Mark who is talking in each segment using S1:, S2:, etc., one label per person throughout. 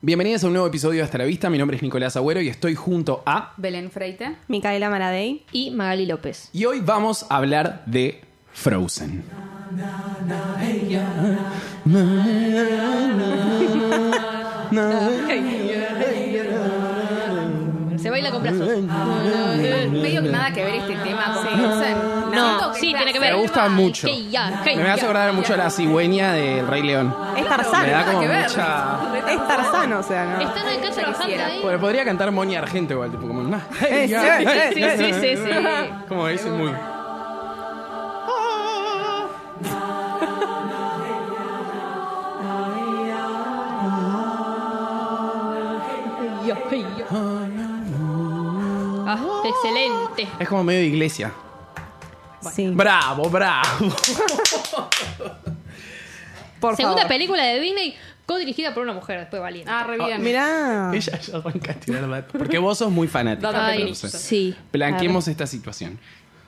S1: Bienvenidos a un nuevo episodio de Hasta la Vista. Mi nombre es Nicolás Agüero y estoy junto a.
S2: Belén Freite.
S3: Micaela Maradei.
S4: Y Magali López.
S1: Y hoy vamos a hablar de Frozen.
S4: Se baila con brazos.
S2: Medio que nada que ver este tema con Frozen. Siento que
S4: Sí,
S2: está-
S4: tiene que ver.
S1: Me gusta mucho.
S4: Hey, ya, hey,
S1: Me hace
S4: ya. Ah,
S1: acordar mucho a la cigüeña del Rey León.
S3: Es
S1: Me da
S3: Tarzán.
S1: como
S2: que ver.
S1: mucha.
S3: Es Tarzán, o sea, ¿no?
S4: Están acá trabajando
S2: quisiera.
S4: ahí.
S1: Bueno, podría cantar Moni Argento igual, tipo como. "Nah,
S3: Eh,
S1: hey,
S3: sí,
S1: ya,
S3: eh,
S1: ya".
S3: eh,
S4: Sí, sí, sí, sí.
S1: Como dice muy.
S4: Yo, hey, yo. Ah, excelente.
S1: Es como medio de iglesia.
S3: Sí.
S1: Bravo, bravo.
S3: Por
S4: Segunda
S3: favor.
S4: película de Disney co-dirigida por una mujer, después valiente.
S2: Ah, re bien.
S3: Mirá.
S1: Ella ya arranca a tirar la- Porque vos sos muy fanática.
S2: Data
S1: de
S4: Ah. Ay,
S1: Frozen.
S4: sí.
S1: Blanqueemos esta situación.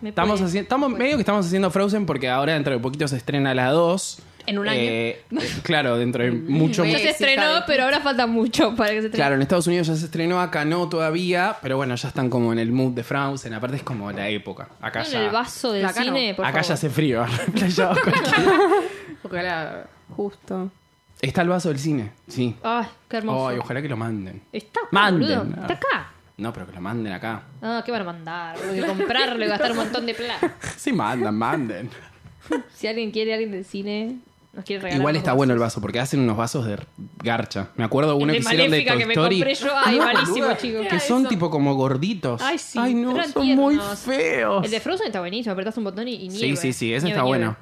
S4: Me
S1: Estamos
S4: puede.
S1: haciendo, estamos medio que estamos haciendo Frozen porque ahora dentro de poquito se estrena la 2.
S4: En un año.
S1: Eh, eh, claro, dentro de mucho
S4: Ya se
S2: Ves, hija de
S4: estrenó,
S2: puta.
S4: pero ahora falta mucho para que se estrene.
S1: Claro, en Estados Unidos ya se estrenó, acá no todavía, pero bueno, ya están como en el mood de Frozen, aparte es como la época. Acá
S4: en
S1: ya
S4: el vaso del
S2: Acá no.
S4: cine, por
S1: acá
S4: favor.
S1: ya hace frío. Ya cualquier-
S2: Ojalá.
S3: Justo.
S1: Está el vaso del cine, sí.
S4: Ay, qué hermoso.
S1: Ay, ojalá que lo manden.
S4: Está acá,
S1: Manden.
S4: boludo. Está acá.
S1: No, pero que lo manden acá.
S4: Ah, ¿qué van a mandar? Porque comprarlo y gastar un montón de plata.
S1: Sí, mandan, manden.
S4: Si alguien quiere, alguien del cine nos quiere regalar.
S1: Igual
S4: unos
S1: está
S4: vasos.
S1: bueno el vaso porque hacen unos vasos de garcha. Me acuerdo uno
S4: de
S1: que hicieron de
S4: Maléfica
S1: Toy
S4: que me
S1: Story.
S4: compré yo. Ay, malísimo,
S1: boluda,
S4: chico.
S1: Que
S4: Era
S1: son
S4: eso.
S1: tipo como gorditos.
S4: Ay, sí,
S1: Ay, no,
S4: eran
S1: son muy
S4: tiernos.
S1: feos.
S4: El de Frozen está buenísimo, apretás un botón y, y nieve.
S1: sí, sí, sí, ese
S4: Nieve,
S1: está
S4: nieve.
S1: bueno.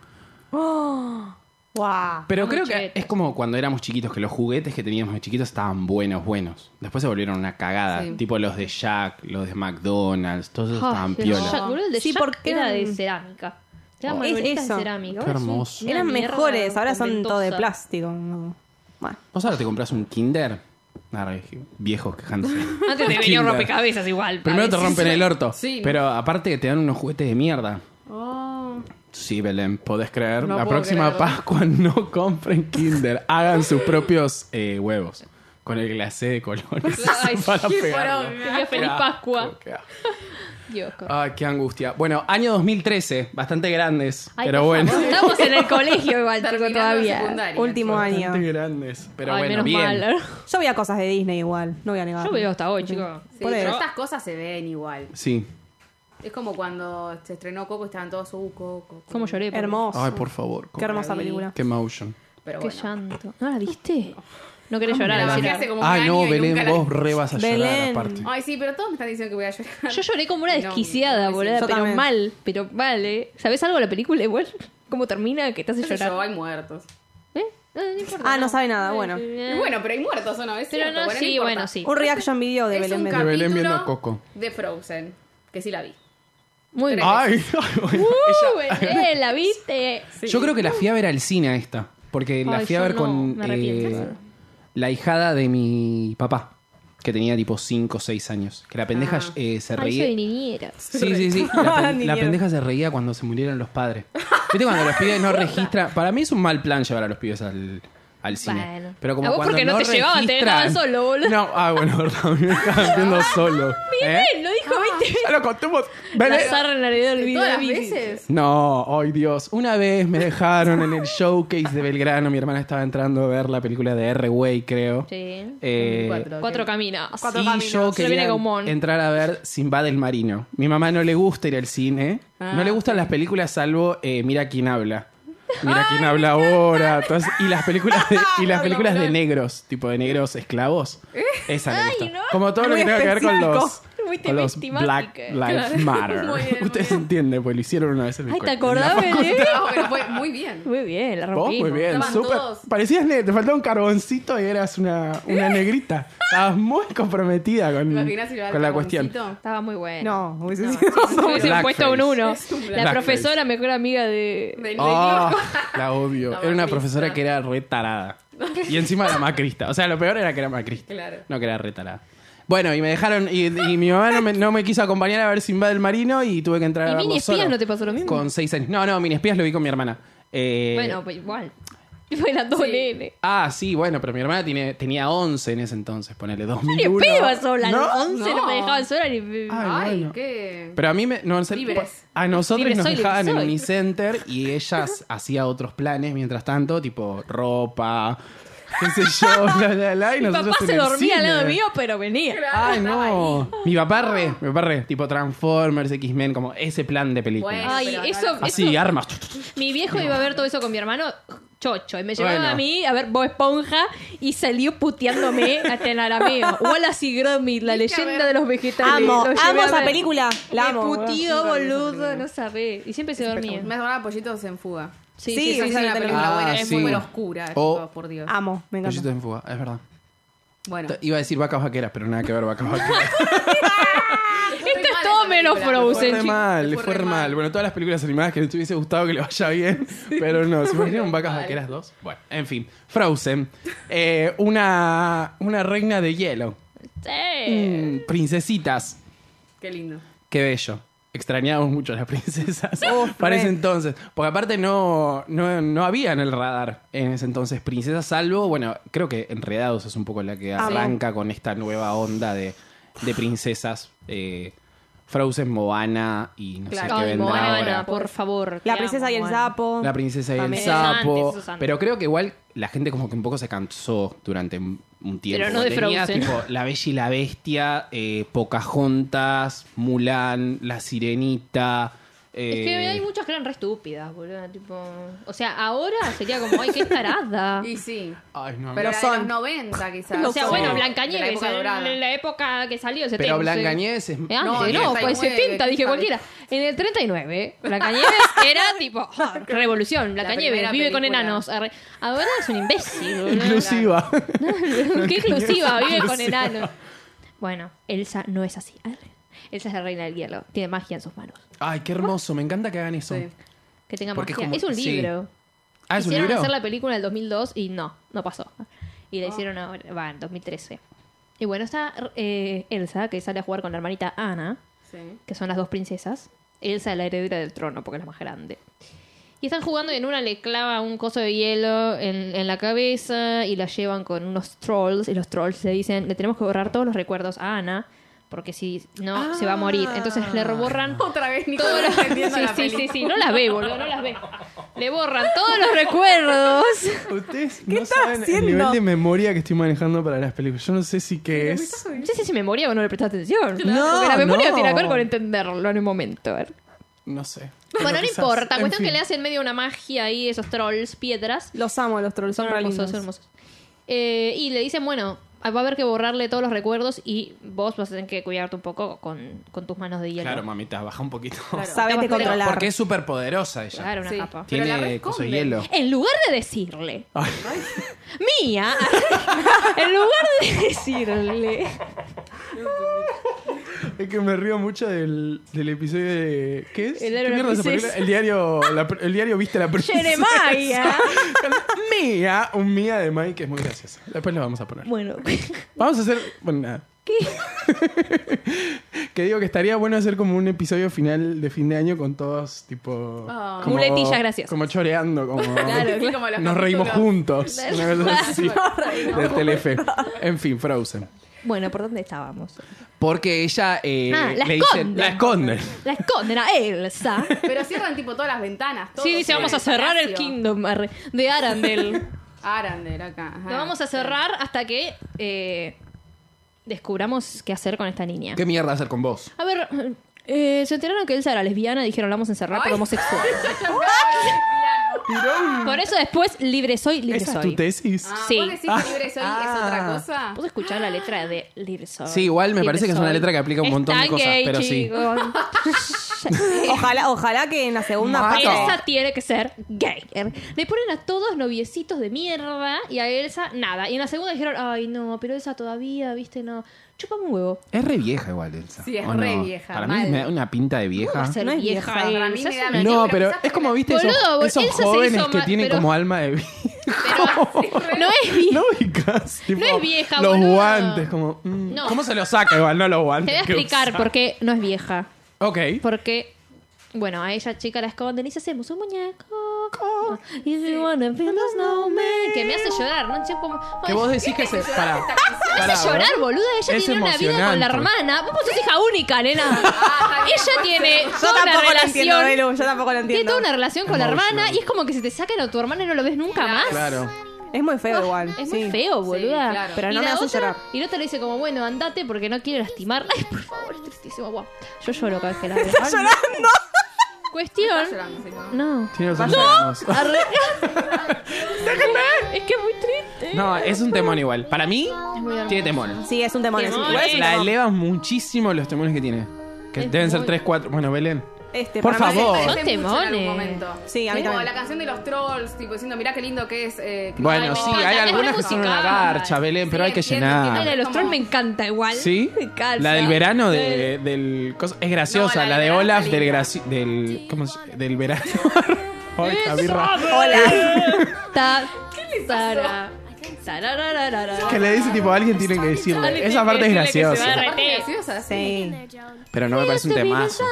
S3: Wow.
S1: Pero
S4: Muy
S1: creo que
S4: chetos.
S1: es como cuando éramos chiquitos, que los juguetes que teníamos de chiquitos estaban buenos, buenos. Después se volvieron una cagada.
S2: Sí.
S1: Tipo los de Jack, los de McDonald's, todos esos estaban
S4: Ay, el
S1: piola.
S4: Jack, boludo, el de
S3: Sí,
S4: Jack
S3: porque
S4: era de
S3: eran-
S4: cerámica. Eran
S3: Oh,
S4: manuelitas
S3: es eso.
S4: de cerámica.
S1: Qué
S4: Ahora es un-
S1: hermoso.
S4: una
S3: Eran
S4: mierda
S3: mejores, ahora son todo de
S4: conventosa.
S3: plástico. ¿no? Bueno.
S1: Vos ahora te compras un Kinder. Ahora, viejos quejándose.
S4: Antes te venía un
S1: Kinder.
S4: rompecabezas igual. a
S1: Primero te
S4: veces.
S1: rompen el orto.
S2: Sí.
S1: Pero aparte que te dan unos juguetes de mierda. Sí, Belén, podés creer.
S2: No
S1: la
S2: puedo
S1: próxima
S2: creer.
S1: Pascua no compren Kinder. Hagan sus propios eh, huevos. Con el glacé de colores.
S4: Ay,
S1: para
S4: qué
S1: pegarlo.
S4: poronga. Tenía feliz
S1: Qué asco,
S4: Pascua.
S1: qué asco.
S4: Dios, co-
S1: Ay, qué angustia. Bueno, año 2013. Bastante grandes.
S4: Ay,
S1: pero
S4: por
S1: bueno.
S4: favor, Estamos en el colegio igual,
S2: Terminando
S4: chico,
S2: el
S4: todavía.
S2: secundario.
S3: Último año.
S1: Bastante grandes. Pero
S4: Ay,
S1: bueno,
S4: menos
S1: bien.
S4: mal.
S3: Yo veía cosas de Disney igual, no voy a negar.
S4: Yo veo hasta hoy, chico.
S2: Sí,
S3: Por
S2: pero
S3: eso.
S2: estas cosas se ven igual.
S1: Sí.
S2: Es como cuando se estrenó Coco y estaban todos, uh, Coco. Coco".
S4: ¿Cómo lloré? por-
S3: Hermoso.
S1: Ay, por favor.
S3: Qué hermosa
S2: la vi.
S3: película.
S1: Qué motion.
S2: Pero
S4: Qué
S2: bueno.
S4: llanto. ¿No la viste? No querés llorar
S2: la
S4: al
S2: bajé
S4: final.
S2: hace como un
S1: Ay,
S2: año
S1: no,
S2: y
S1: Belén,
S2: nunca la-
S1: vos re vas a llorar
S3: Belén.
S1: aparte.
S2: Ay, sí, pero todos me están diciendo que voy a llorar.
S4: Yo lloré como una
S2: No,
S4: desquiciada,
S2: no,
S4: boludo,
S3: yo
S4: pero
S3: también.
S4: mal, pero mal, ¿eh? ¿Sabés algo de la película igual? ¿Cómo termina? Que te hace
S2: Qué sé yo,
S4: llorar.
S2: hay muertos.
S4: ¿Eh? No, no importa.
S3: Ah, no sabe nada, bueno.
S2: Y Bueno, pero hay muertos, ¿o no? Es
S4: Pero
S2: cierto,
S4: no, sí,
S2: importa.
S4: bueno, sí.
S3: Un reaction video de
S2: Es
S3: Belén
S2: un
S3: Mendel.
S2: capítulo
S1: De Belén viendo a Coco.
S2: de Frozen, que sí la vi.
S4: Muy bien.
S1: Ay, ay, bueno,
S4: Uh,
S1: ella-
S4: eh, la viste.
S1: Yo creo que la fui a ver al cine esta. Porque la
S4: Ay,
S1: fui a
S4: yo
S1: ver
S4: no,
S1: con eh,
S4: me arrepiento.
S1: la hijada de mi papá, que tenía tipo 5 o 6 años. Que la pendeja eh, se
S4: Ah. Ay,
S1: reía.
S4: soy niñera.
S1: Sí, sí, sí. La, pen-
S3: Ni
S1: la
S3: mierda.
S1: pendeja se reía cuando se murieron los padres. ¿Viste cuando los pibes no registran? Para mí es un mal plan llevar a los pibes al, al cine.
S4: Bueno.
S1: Pero como
S4: A vos
S1: cuando
S4: porque no te llevaban, te dejaban
S1: registran-
S4: solo, boludo.
S1: No, ah, bueno, también me estaban viendo solo. ¿Eh?
S4: Lo dijo 20 veces.
S1: Ya lo contemos.
S4: La
S1: Belén.
S4: zarra en la realidad del video.
S2: Todas las
S4: vi.
S2: veces.
S1: No, ay Dios. Una vez me dejaron en el showcase de Belgrano. Mi hermana estaba entrando a ver la película de R-Way, creo.
S4: Sí.
S1: Eh,
S2: Cuatro.
S4: Cuatro caminas.
S1: y yo
S4: Se viene
S1: quería
S4: Gaumont.
S1: entrar a ver Sinbad el Marino. Mi mamá no le gusta ir al cine. no le gustan las películas salvo eh, Mira quién habla. Mira quién habla ahora. todas- y las películas de, y las películas de negros, tipo de negros esclavos. Esa le
S4: Ay,
S1: gusta.
S4: no.
S1: Como todo lo que
S3: Muy
S1: tenga que ver con los,
S4: Muy
S1: con los
S4: temática.
S1: Black Lives Matter.
S2: Muy bien, muy
S1: Ustedes entienden, pues lo hicieron una vez en el
S4: Ay, ¿te
S1: colegio.
S4: acordás, Belén?
S2: No, pero fue muy bien.
S4: Muy bien, la
S1: Vos,
S4: rompimos.
S1: Oh, muy bien,
S2: Estaban
S1: súper.
S2: todos.
S1: Parecías, ne- te faltaba un carboncito y eras una,
S4: ¿Eh?
S1: una negrita. Estabas muy comprometida con,
S2: Imaginás si llevar
S1: con la
S2: el
S1: cuestión.
S2: carboncito.
S4: Estaba muy bueno.
S3: No, hubiese sido.
S4: Hubiese
S1: Blackface.
S4: puesto un uno.
S2: Es un
S4: La
S1: blackface.
S4: profesora, mejor amiga de.
S2: Del-
S1: Ah,
S2: del-
S1: la odio.
S2: La
S1: era una
S2: macrista.
S1: profesora que era retarada. Y encima era macrista. O sea, lo peor era que era macrista.
S2: Claro.
S1: No que era retarada. Bueno, y me dejaron, y, y mi mamá no me, no me quiso acompañar a ver Simba del Marino y tuve que entrar
S4: ¿Y
S1: a verlo
S4: Mini Espías
S1: solo.
S4: no te pasó lo mismo?
S1: Con seis años. No, no, Mini Espías lo vi con mi hermana. Eh,
S4: Bueno, pues igual. bailando
S2: Sí.
S4: con él.
S1: Ah, sí, bueno, pero mi hermana tiene, tenía 11 en ese entonces, ponele
S4: Ni
S1: 2001.
S4: piba sola,
S1: ¿No?
S4: a los 11 no.
S2: No.
S4: me dejaban sola ni piba.
S1: Ay,
S2: Ay,
S1: bueno.
S2: qué.
S1: Pero a mí, me, no, en serio,
S2: Libres.
S1: a nosotros
S4: Libre
S1: nos
S4: soy, libre
S1: dejaban en
S4: soy.
S1: Unicenter y ellas hacía otros planes mientras tanto, tipo ropa, qué sé yo, la, la, la, y
S4: Mi
S1: nosotros
S4: papá
S1: en
S4: se
S1: el
S4: dormía al lado
S1: cine.
S4: mío, pero venía.
S1: Ay, no. Mi papá re, mi papá re, tipo Transformers, X-Men, como ese plan de películas.
S2: Bueno,
S4: Ay,
S2: pero
S4: eso-
S2: no-
S1: Así, armas.
S4: Mi viejo iba a ver todo eso con mi hermano chocho y me llevaba
S1: Bueno.
S4: a mí a ver Bob Esponja y salió puteándome hasta en arameo. Wallace y Gromit, la
S2: Viste, a
S4: leyenda
S2: ver.
S4: de los vegetales.
S3: Amo,
S4: Lo llevé
S3: amo
S4: a
S3: esa
S4: ver.
S3: película. La
S4: Me
S3: amo.
S4: putió,
S3: boludo.
S4: boludo, no sabés. Y siempre se dormía.
S2: Me sonaban pollitos en fuga.
S4: Sí,
S3: Sí,
S4: sí,
S2: Esa
S4: sí.
S2: es
S3: sí,
S2: una
S3: la
S2: película
S1: película.
S2: buena,
S1: Ah,
S2: es
S1: sí.
S2: muy buena oscura,
S1: O-
S2: chicos, por Dios.
S3: Amo, me
S1: Pollitos
S3: encanta.
S1: en fuga, es verdad.
S2: Bueno,
S1: T- Iba a decir vacas vaqueras, pero nada que ver vacas vaqueras.
S4: Esto es todo menos
S1: fue
S4: Frozen,
S1: re
S4: chicos.
S1: mal,
S2: le
S1: le
S2: fue
S1: fue
S2: re
S1: re
S2: mal.
S1: mal. Bueno, todas las películas animadas que les hubiese gustado que le vaya bien, pero no. ¿Se imaginaron vacas vaqueras dos? Bueno, en fin. Frozen. Eh, una, una reina de hielo.
S4: Sí.
S2: Eh.
S1: Mm, Princesitas.
S2: qué lindo.
S1: Qué bello. Extrañábamos mucho a las princesas
S3: Oh,
S1: para
S3: re.
S1: ese entonces. Porque aparte no, no, no había en el radar en ese entonces princesas, salvo, bueno, creo que Enredados es un poco la que
S3: Amo.
S1: arranca con esta nueva onda de, de princesas. eh, Frozen, Moana y no
S2: Claro.
S1: sé qué
S4: Ay,
S1: vendrá
S4: Moana,
S1: ahora.
S4: por favor.
S3: La
S4: te
S3: princesa
S4: amo,
S3: y el
S4: Moana.
S3: sapo.
S1: La princesa y el
S4: También. Eso
S1: sapo.
S4: antes, eso antes.
S1: Pero creo que igual la gente como que un poco se cansó durante un un tiempo.
S4: Pero no de
S1: Tenías,
S4: Frozen.
S1: tipo La Bella y la Bestia, eh, Pocahontas, Mulan, La Sirenita. eh,
S4: Es que hay muchas que eran re estúpidas, boludo. Tipo... O sea, ahora sería como, ay, qué tarada.
S2: Y sí.
S1: Ay, no, no.
S2: Pero la de
S3: son.
S2: los 90 quizás.
S3: Lo
S4: Ah. O sea,
S3: Sí.
S4: bueno,
S2: De la
S4: Blancanieves,
S2: época dorada.
S4: en la época que salió, 70.
S1: Pero Blancanieves es-
S4: Eh,
S2: No,
S4: antes,
S2: en
S4: no,
S2: el
S4: fue en
S2: 39,
S4: 70, dije
S2: ¿sabes?
S4: cualquiera. En el 39, Blancanieves era tipo, ah, revolución, Blancanieves,
S2: primera
S4: vive con
S2: película.
S4: enanos. arre. Ahora es un imbécil. boludo.
S1: Inclusiva.
S4: Qué exclusiva, vive con enanos. Bueno, Elsa no es así. arre. Elsa es la reina del hielo, tiene magia en sus manos.
S1: Ay, qué hermoso. Me encanta que hagan eso.
S2: Sí.
S4: Que tenga
S1: Porque es
S4: magia.
S1: como-
S4: Es un
S1: sí.
S4: libro.
S1: Ah, es un
S4: Quisieron
S1: libro.
S4: hacer la película en el 2002 y no, no pasó. Y
S2: Ah.
S4: la hicieron ahora, va, en 2013. Y bueno, está eh, Elsa, que sale a jugar con la hermanita Ana,
S2: Sí.
S4: que son las dos princesas. Elsa es la heredera del trono, porque es la más grande. Y están jugando y en una le clava un coso de hielo en, en la cabeza y la llevan con unos trolls. Y los trolls le dicen, le tenemos que borrar todos los recuerdos a Ana, porque si no, se va a morir. Entonces le borran
S2: Otra vez ni
S4: todos los-
S2: entendiendo
S4: sí,
S2: la
S4: sí, sí,
S2: película.
S4: sí, no las ve, boludo, no las ve. Le borran todos los recuerdos.
S1: Ustedes
S3: ¿Qué
S1: no
S3: estás
S1: saben el
S3: haciendo?
S1: nivel de memoria que estoy manejando para las películas. Yo no sé si qué es.
S4: No sé si se memoria o no le prestaste atención.
S1: No,
S4: Porque la memoria
S1: no.
S4: tiene que ver con entenderlo en un momento. a ver.
S1: No sé.
S4: Bueno,
S1: Pero
S4: no
S1: quizás-
S4: importa.
S1: en
S4: Cuestión
S1: fin.
S4: que le hacen medio una magia ahí, esos trolls, piedras.
S3: Los amo, los trolls.
S4: Son
S3: re
S4: hermosos,
S3: lindos.
S4: son hermosos. Eh, y le dicen, bueno, va a haber que borrarle todos los recuerdos y vos vas a tener que cuidarte un poco con, con tus manos de hielo.
S1: Claro, mamita, baja un poquito.
S3: Sabete
S4: Pero-
S3: controlar.
S1: Porque es súper poderosa ella.
S4: Claro, una
S2: Sí.
S4: capa.
S2: Pero la
S1: Tiene
S2: resconden.
S1: coso de hielo.
S4: En lugar de decirle,
S1: Ay,
S4: mía, en lugar de decirle,
S1: es que me río mucho del, del episodio de. ¿Qué es?
S4: El
S1: ¿Qué
S4: diario de la
S1: mierda esa película?
S4: princesa.
S1: El diario, la pr- el diario Viste la Princesa.
S4: Jeremiah.
S1: Mía, un Mía de Mike que es muy gracioso. Después lo vamos a poner.
S4: Bueno, pues,
S1: Vamos a hacer. Bueno, nada. que digo que estaría bueno hacer como un episodio final de fin de año con todos, tipo.
S2: Ah.
S1: como-
S4: Muletillas graciosas.
S1: Como choreando, como.
S2: Claro, claro. Como los
S1: Nos reímos
S2: capítulos.
S1: juntos. Una cosa así. De Telefe. En fin, Frozen.
S4: bueno, ¿por dónde estábamos?
S1: Porque ella eh,
S4: Ah, la
S1: le dicen.
S4: esconden.
S1: La esconden.
S4: La esconden a Elsa.
S2: Pero cierran tipo todas las ventanas. todo,
S4: Sí, dice, vamos a cerrar el
S2: palacio.
S4: Kingdom arre, de Arandel.
S2: Arandel acá. ajá.
S4: Lo vamos a cerrar hasta que eh, descubramos qué hacer con esta niña.
S1: ¿Qué mierda hacer con vos?
S4: A ver, eh, se enteraron que Elsa era lesbiana, dijeron la vamos a encerrar por
S2: Ay.
S4: homosexual.
S1: Tirón.
S4: Por eso después, libre soy, libre
S1: Esa es
S4: soy.
S1: tu tesis.
S2: Ah,
S4: Sí.
S2: ¿Vos decís que libre soy es otra cosa?
S4: ¿Puedo escuchar la letra de Libre Soy?
S1: Sí, igual me
S4: Libre
S1: parece que es una
S4: soy.
S1: letra que aplica un montón de
S4: Está
S1: cosas,
S4: gay,
S1: pero sí.
S4: chicos.
S3: Ojalá, ojalá que en la segunda
S1: Mato.
S3: parte.
S4: Elsa tiene que ser gay. Em, Le ponen a todos noviecitos de mierda y a Elsa nada. Y en la segunda dijeron, ay no, pero Elsa todavía, viste, no. Chupame un huevo.
S1: Es re vieja igual, Elsa.
S2: Sí, es
S1: ¿o
S2: re vieja,
S1: Para mí
S2: mal.
S1: me da una pinta de
S4: ¿Cómo va a
S1: vieja.
S4: ser
S3: No es
S4: vieja,
S3: vieja.
S2: Para mí
S4: Elsa?
S2: me da
S4: Es una
S2: miedo.
S1: No,
S2: Pero
S1: pero
S2: quizás
S1: es como,
S2: porque-
S1: viste, esos,
S4: Boludo, bol-
S1: esos
S4: Elsa se hizo
S1: jóvenes que
S4: mal,
S1: tienen
S4: pero-
S1: como alma de vieja.
S4: No es vieja.
S1: ¿No ubicás? Tipo,
S4: No es vieja,
S1: Los
S4: boludo.
S1: guantes, como... mm,
S4: No.
S1: ¿Cómo se los saca igual? No los
S4: Te
S1: guantes.
S4: voy a
S1: que
S4: explicar
S1: usa.
S4: por qué no es vieja.
S1: Ok.
S4: Porque, bueno, a ella chica la esconden y se hacemos un muñeco.
S1: loco.
S4: If you wanna build a snowman. Que me hace llorar, ¿no? Che, como-
S1: Que
S4: Ay,
S1: vos decís que se. Para.
S4: Me hace llorar, boluda. Ella
S1: Es
S4: tiene una vida con la
S1: emocionante.
S4: hermana. Vos sos hija única, nena. Ella tiene
S3: Yo
S4: toda una
S3: tampoco lo entiendo,
S4: relación.
S3: Belu, yo tampoco lo
S4: Tiene
S3: entiendo.
S4: toda una relación con la hermana y es como que se te sacan a tu hermana y no lo ves nunca más.
S1: Claro.
S3: Es muy feo igual.
S4: Es
S3: sí.
S4: muy feo, boluda.
S2: claro.
S3: Pero no
S4: y
S3: me
S4: la
S3: hace
S4: otra-
S3: llorar.
S4: Y la otra le dice como, bueno, andate porque no quiero lastimarla. Ay, por favor, es tristísimo. Guau. Yo lloro cada vez que la veo. Ay, no.
S3: llorando.
S4: Cuestión.
S2: llorando, señor.
S4: No.
S1: Tiene los ojos hermosos.
S4: Arre- Es que es muy triste.
S1: No, es un temón igual. Para mí,
S4: muy hermoso.
S1: tiene temón.
S3: Sí, es un demonio. es un
S4: Demonio.
S3: demonio, es un
S1: La
S3: demonio.
S1: eleva muchísimo los temones que tiene. Que
S4: Es
S1: deben ser
S4: muy-
S1: 3, 4. Bueno, Belén.
S3: Este,
S1: Por
S3: para mí-
S1: favor.
S2: Me
S4: Son
S2: parece mucho en algún
S4: temones.
S2: momento.
S3: Sí, a mí
S2: Como
S3: también.
S2: la canción de los trolls, tipo diciendo, mirá qué lindo que es. eh, que-
S1: Bueno,
S2: Ay,
S1: sí,
S2: me
S1: hay
S2: encanta.
S4: es
S1: algunas que
S4: muy
S1: son una
S4: musical.
S1: garcha, Belén,
S2: Sí,
S1: pero hay que
S2: entiendo,
S4: Ay, la de
S1: llenar.
S2: entiendo.
S4: los trolls me encanta igual.
S1: ¿Sí?
S4: Me encanta.
S1: La del verano de- del. cosa- Es graciosa.
S2: No,
S1: la
S2: la
S1: de
S2: del verano
S1: Olaf
S2: está
S1: del.
S2: linda.
S1: graci- del ¿Cómo se llama? Del verano. Ay, la birra.
S3: Hola.
S4: Ta- Tara. Tararararara.
S1: Que le dice, tipo, alguien tiene que decirle.
S4: Alguien
S1: Esa
S4: tiene
S1: parte
S4: que
S1: es
S4: decirle que se
S1: graciosa.
S4: va
S2: Aparte, graciosa, sí.
S3: Sí.
S1: Pero no me parece un temazo.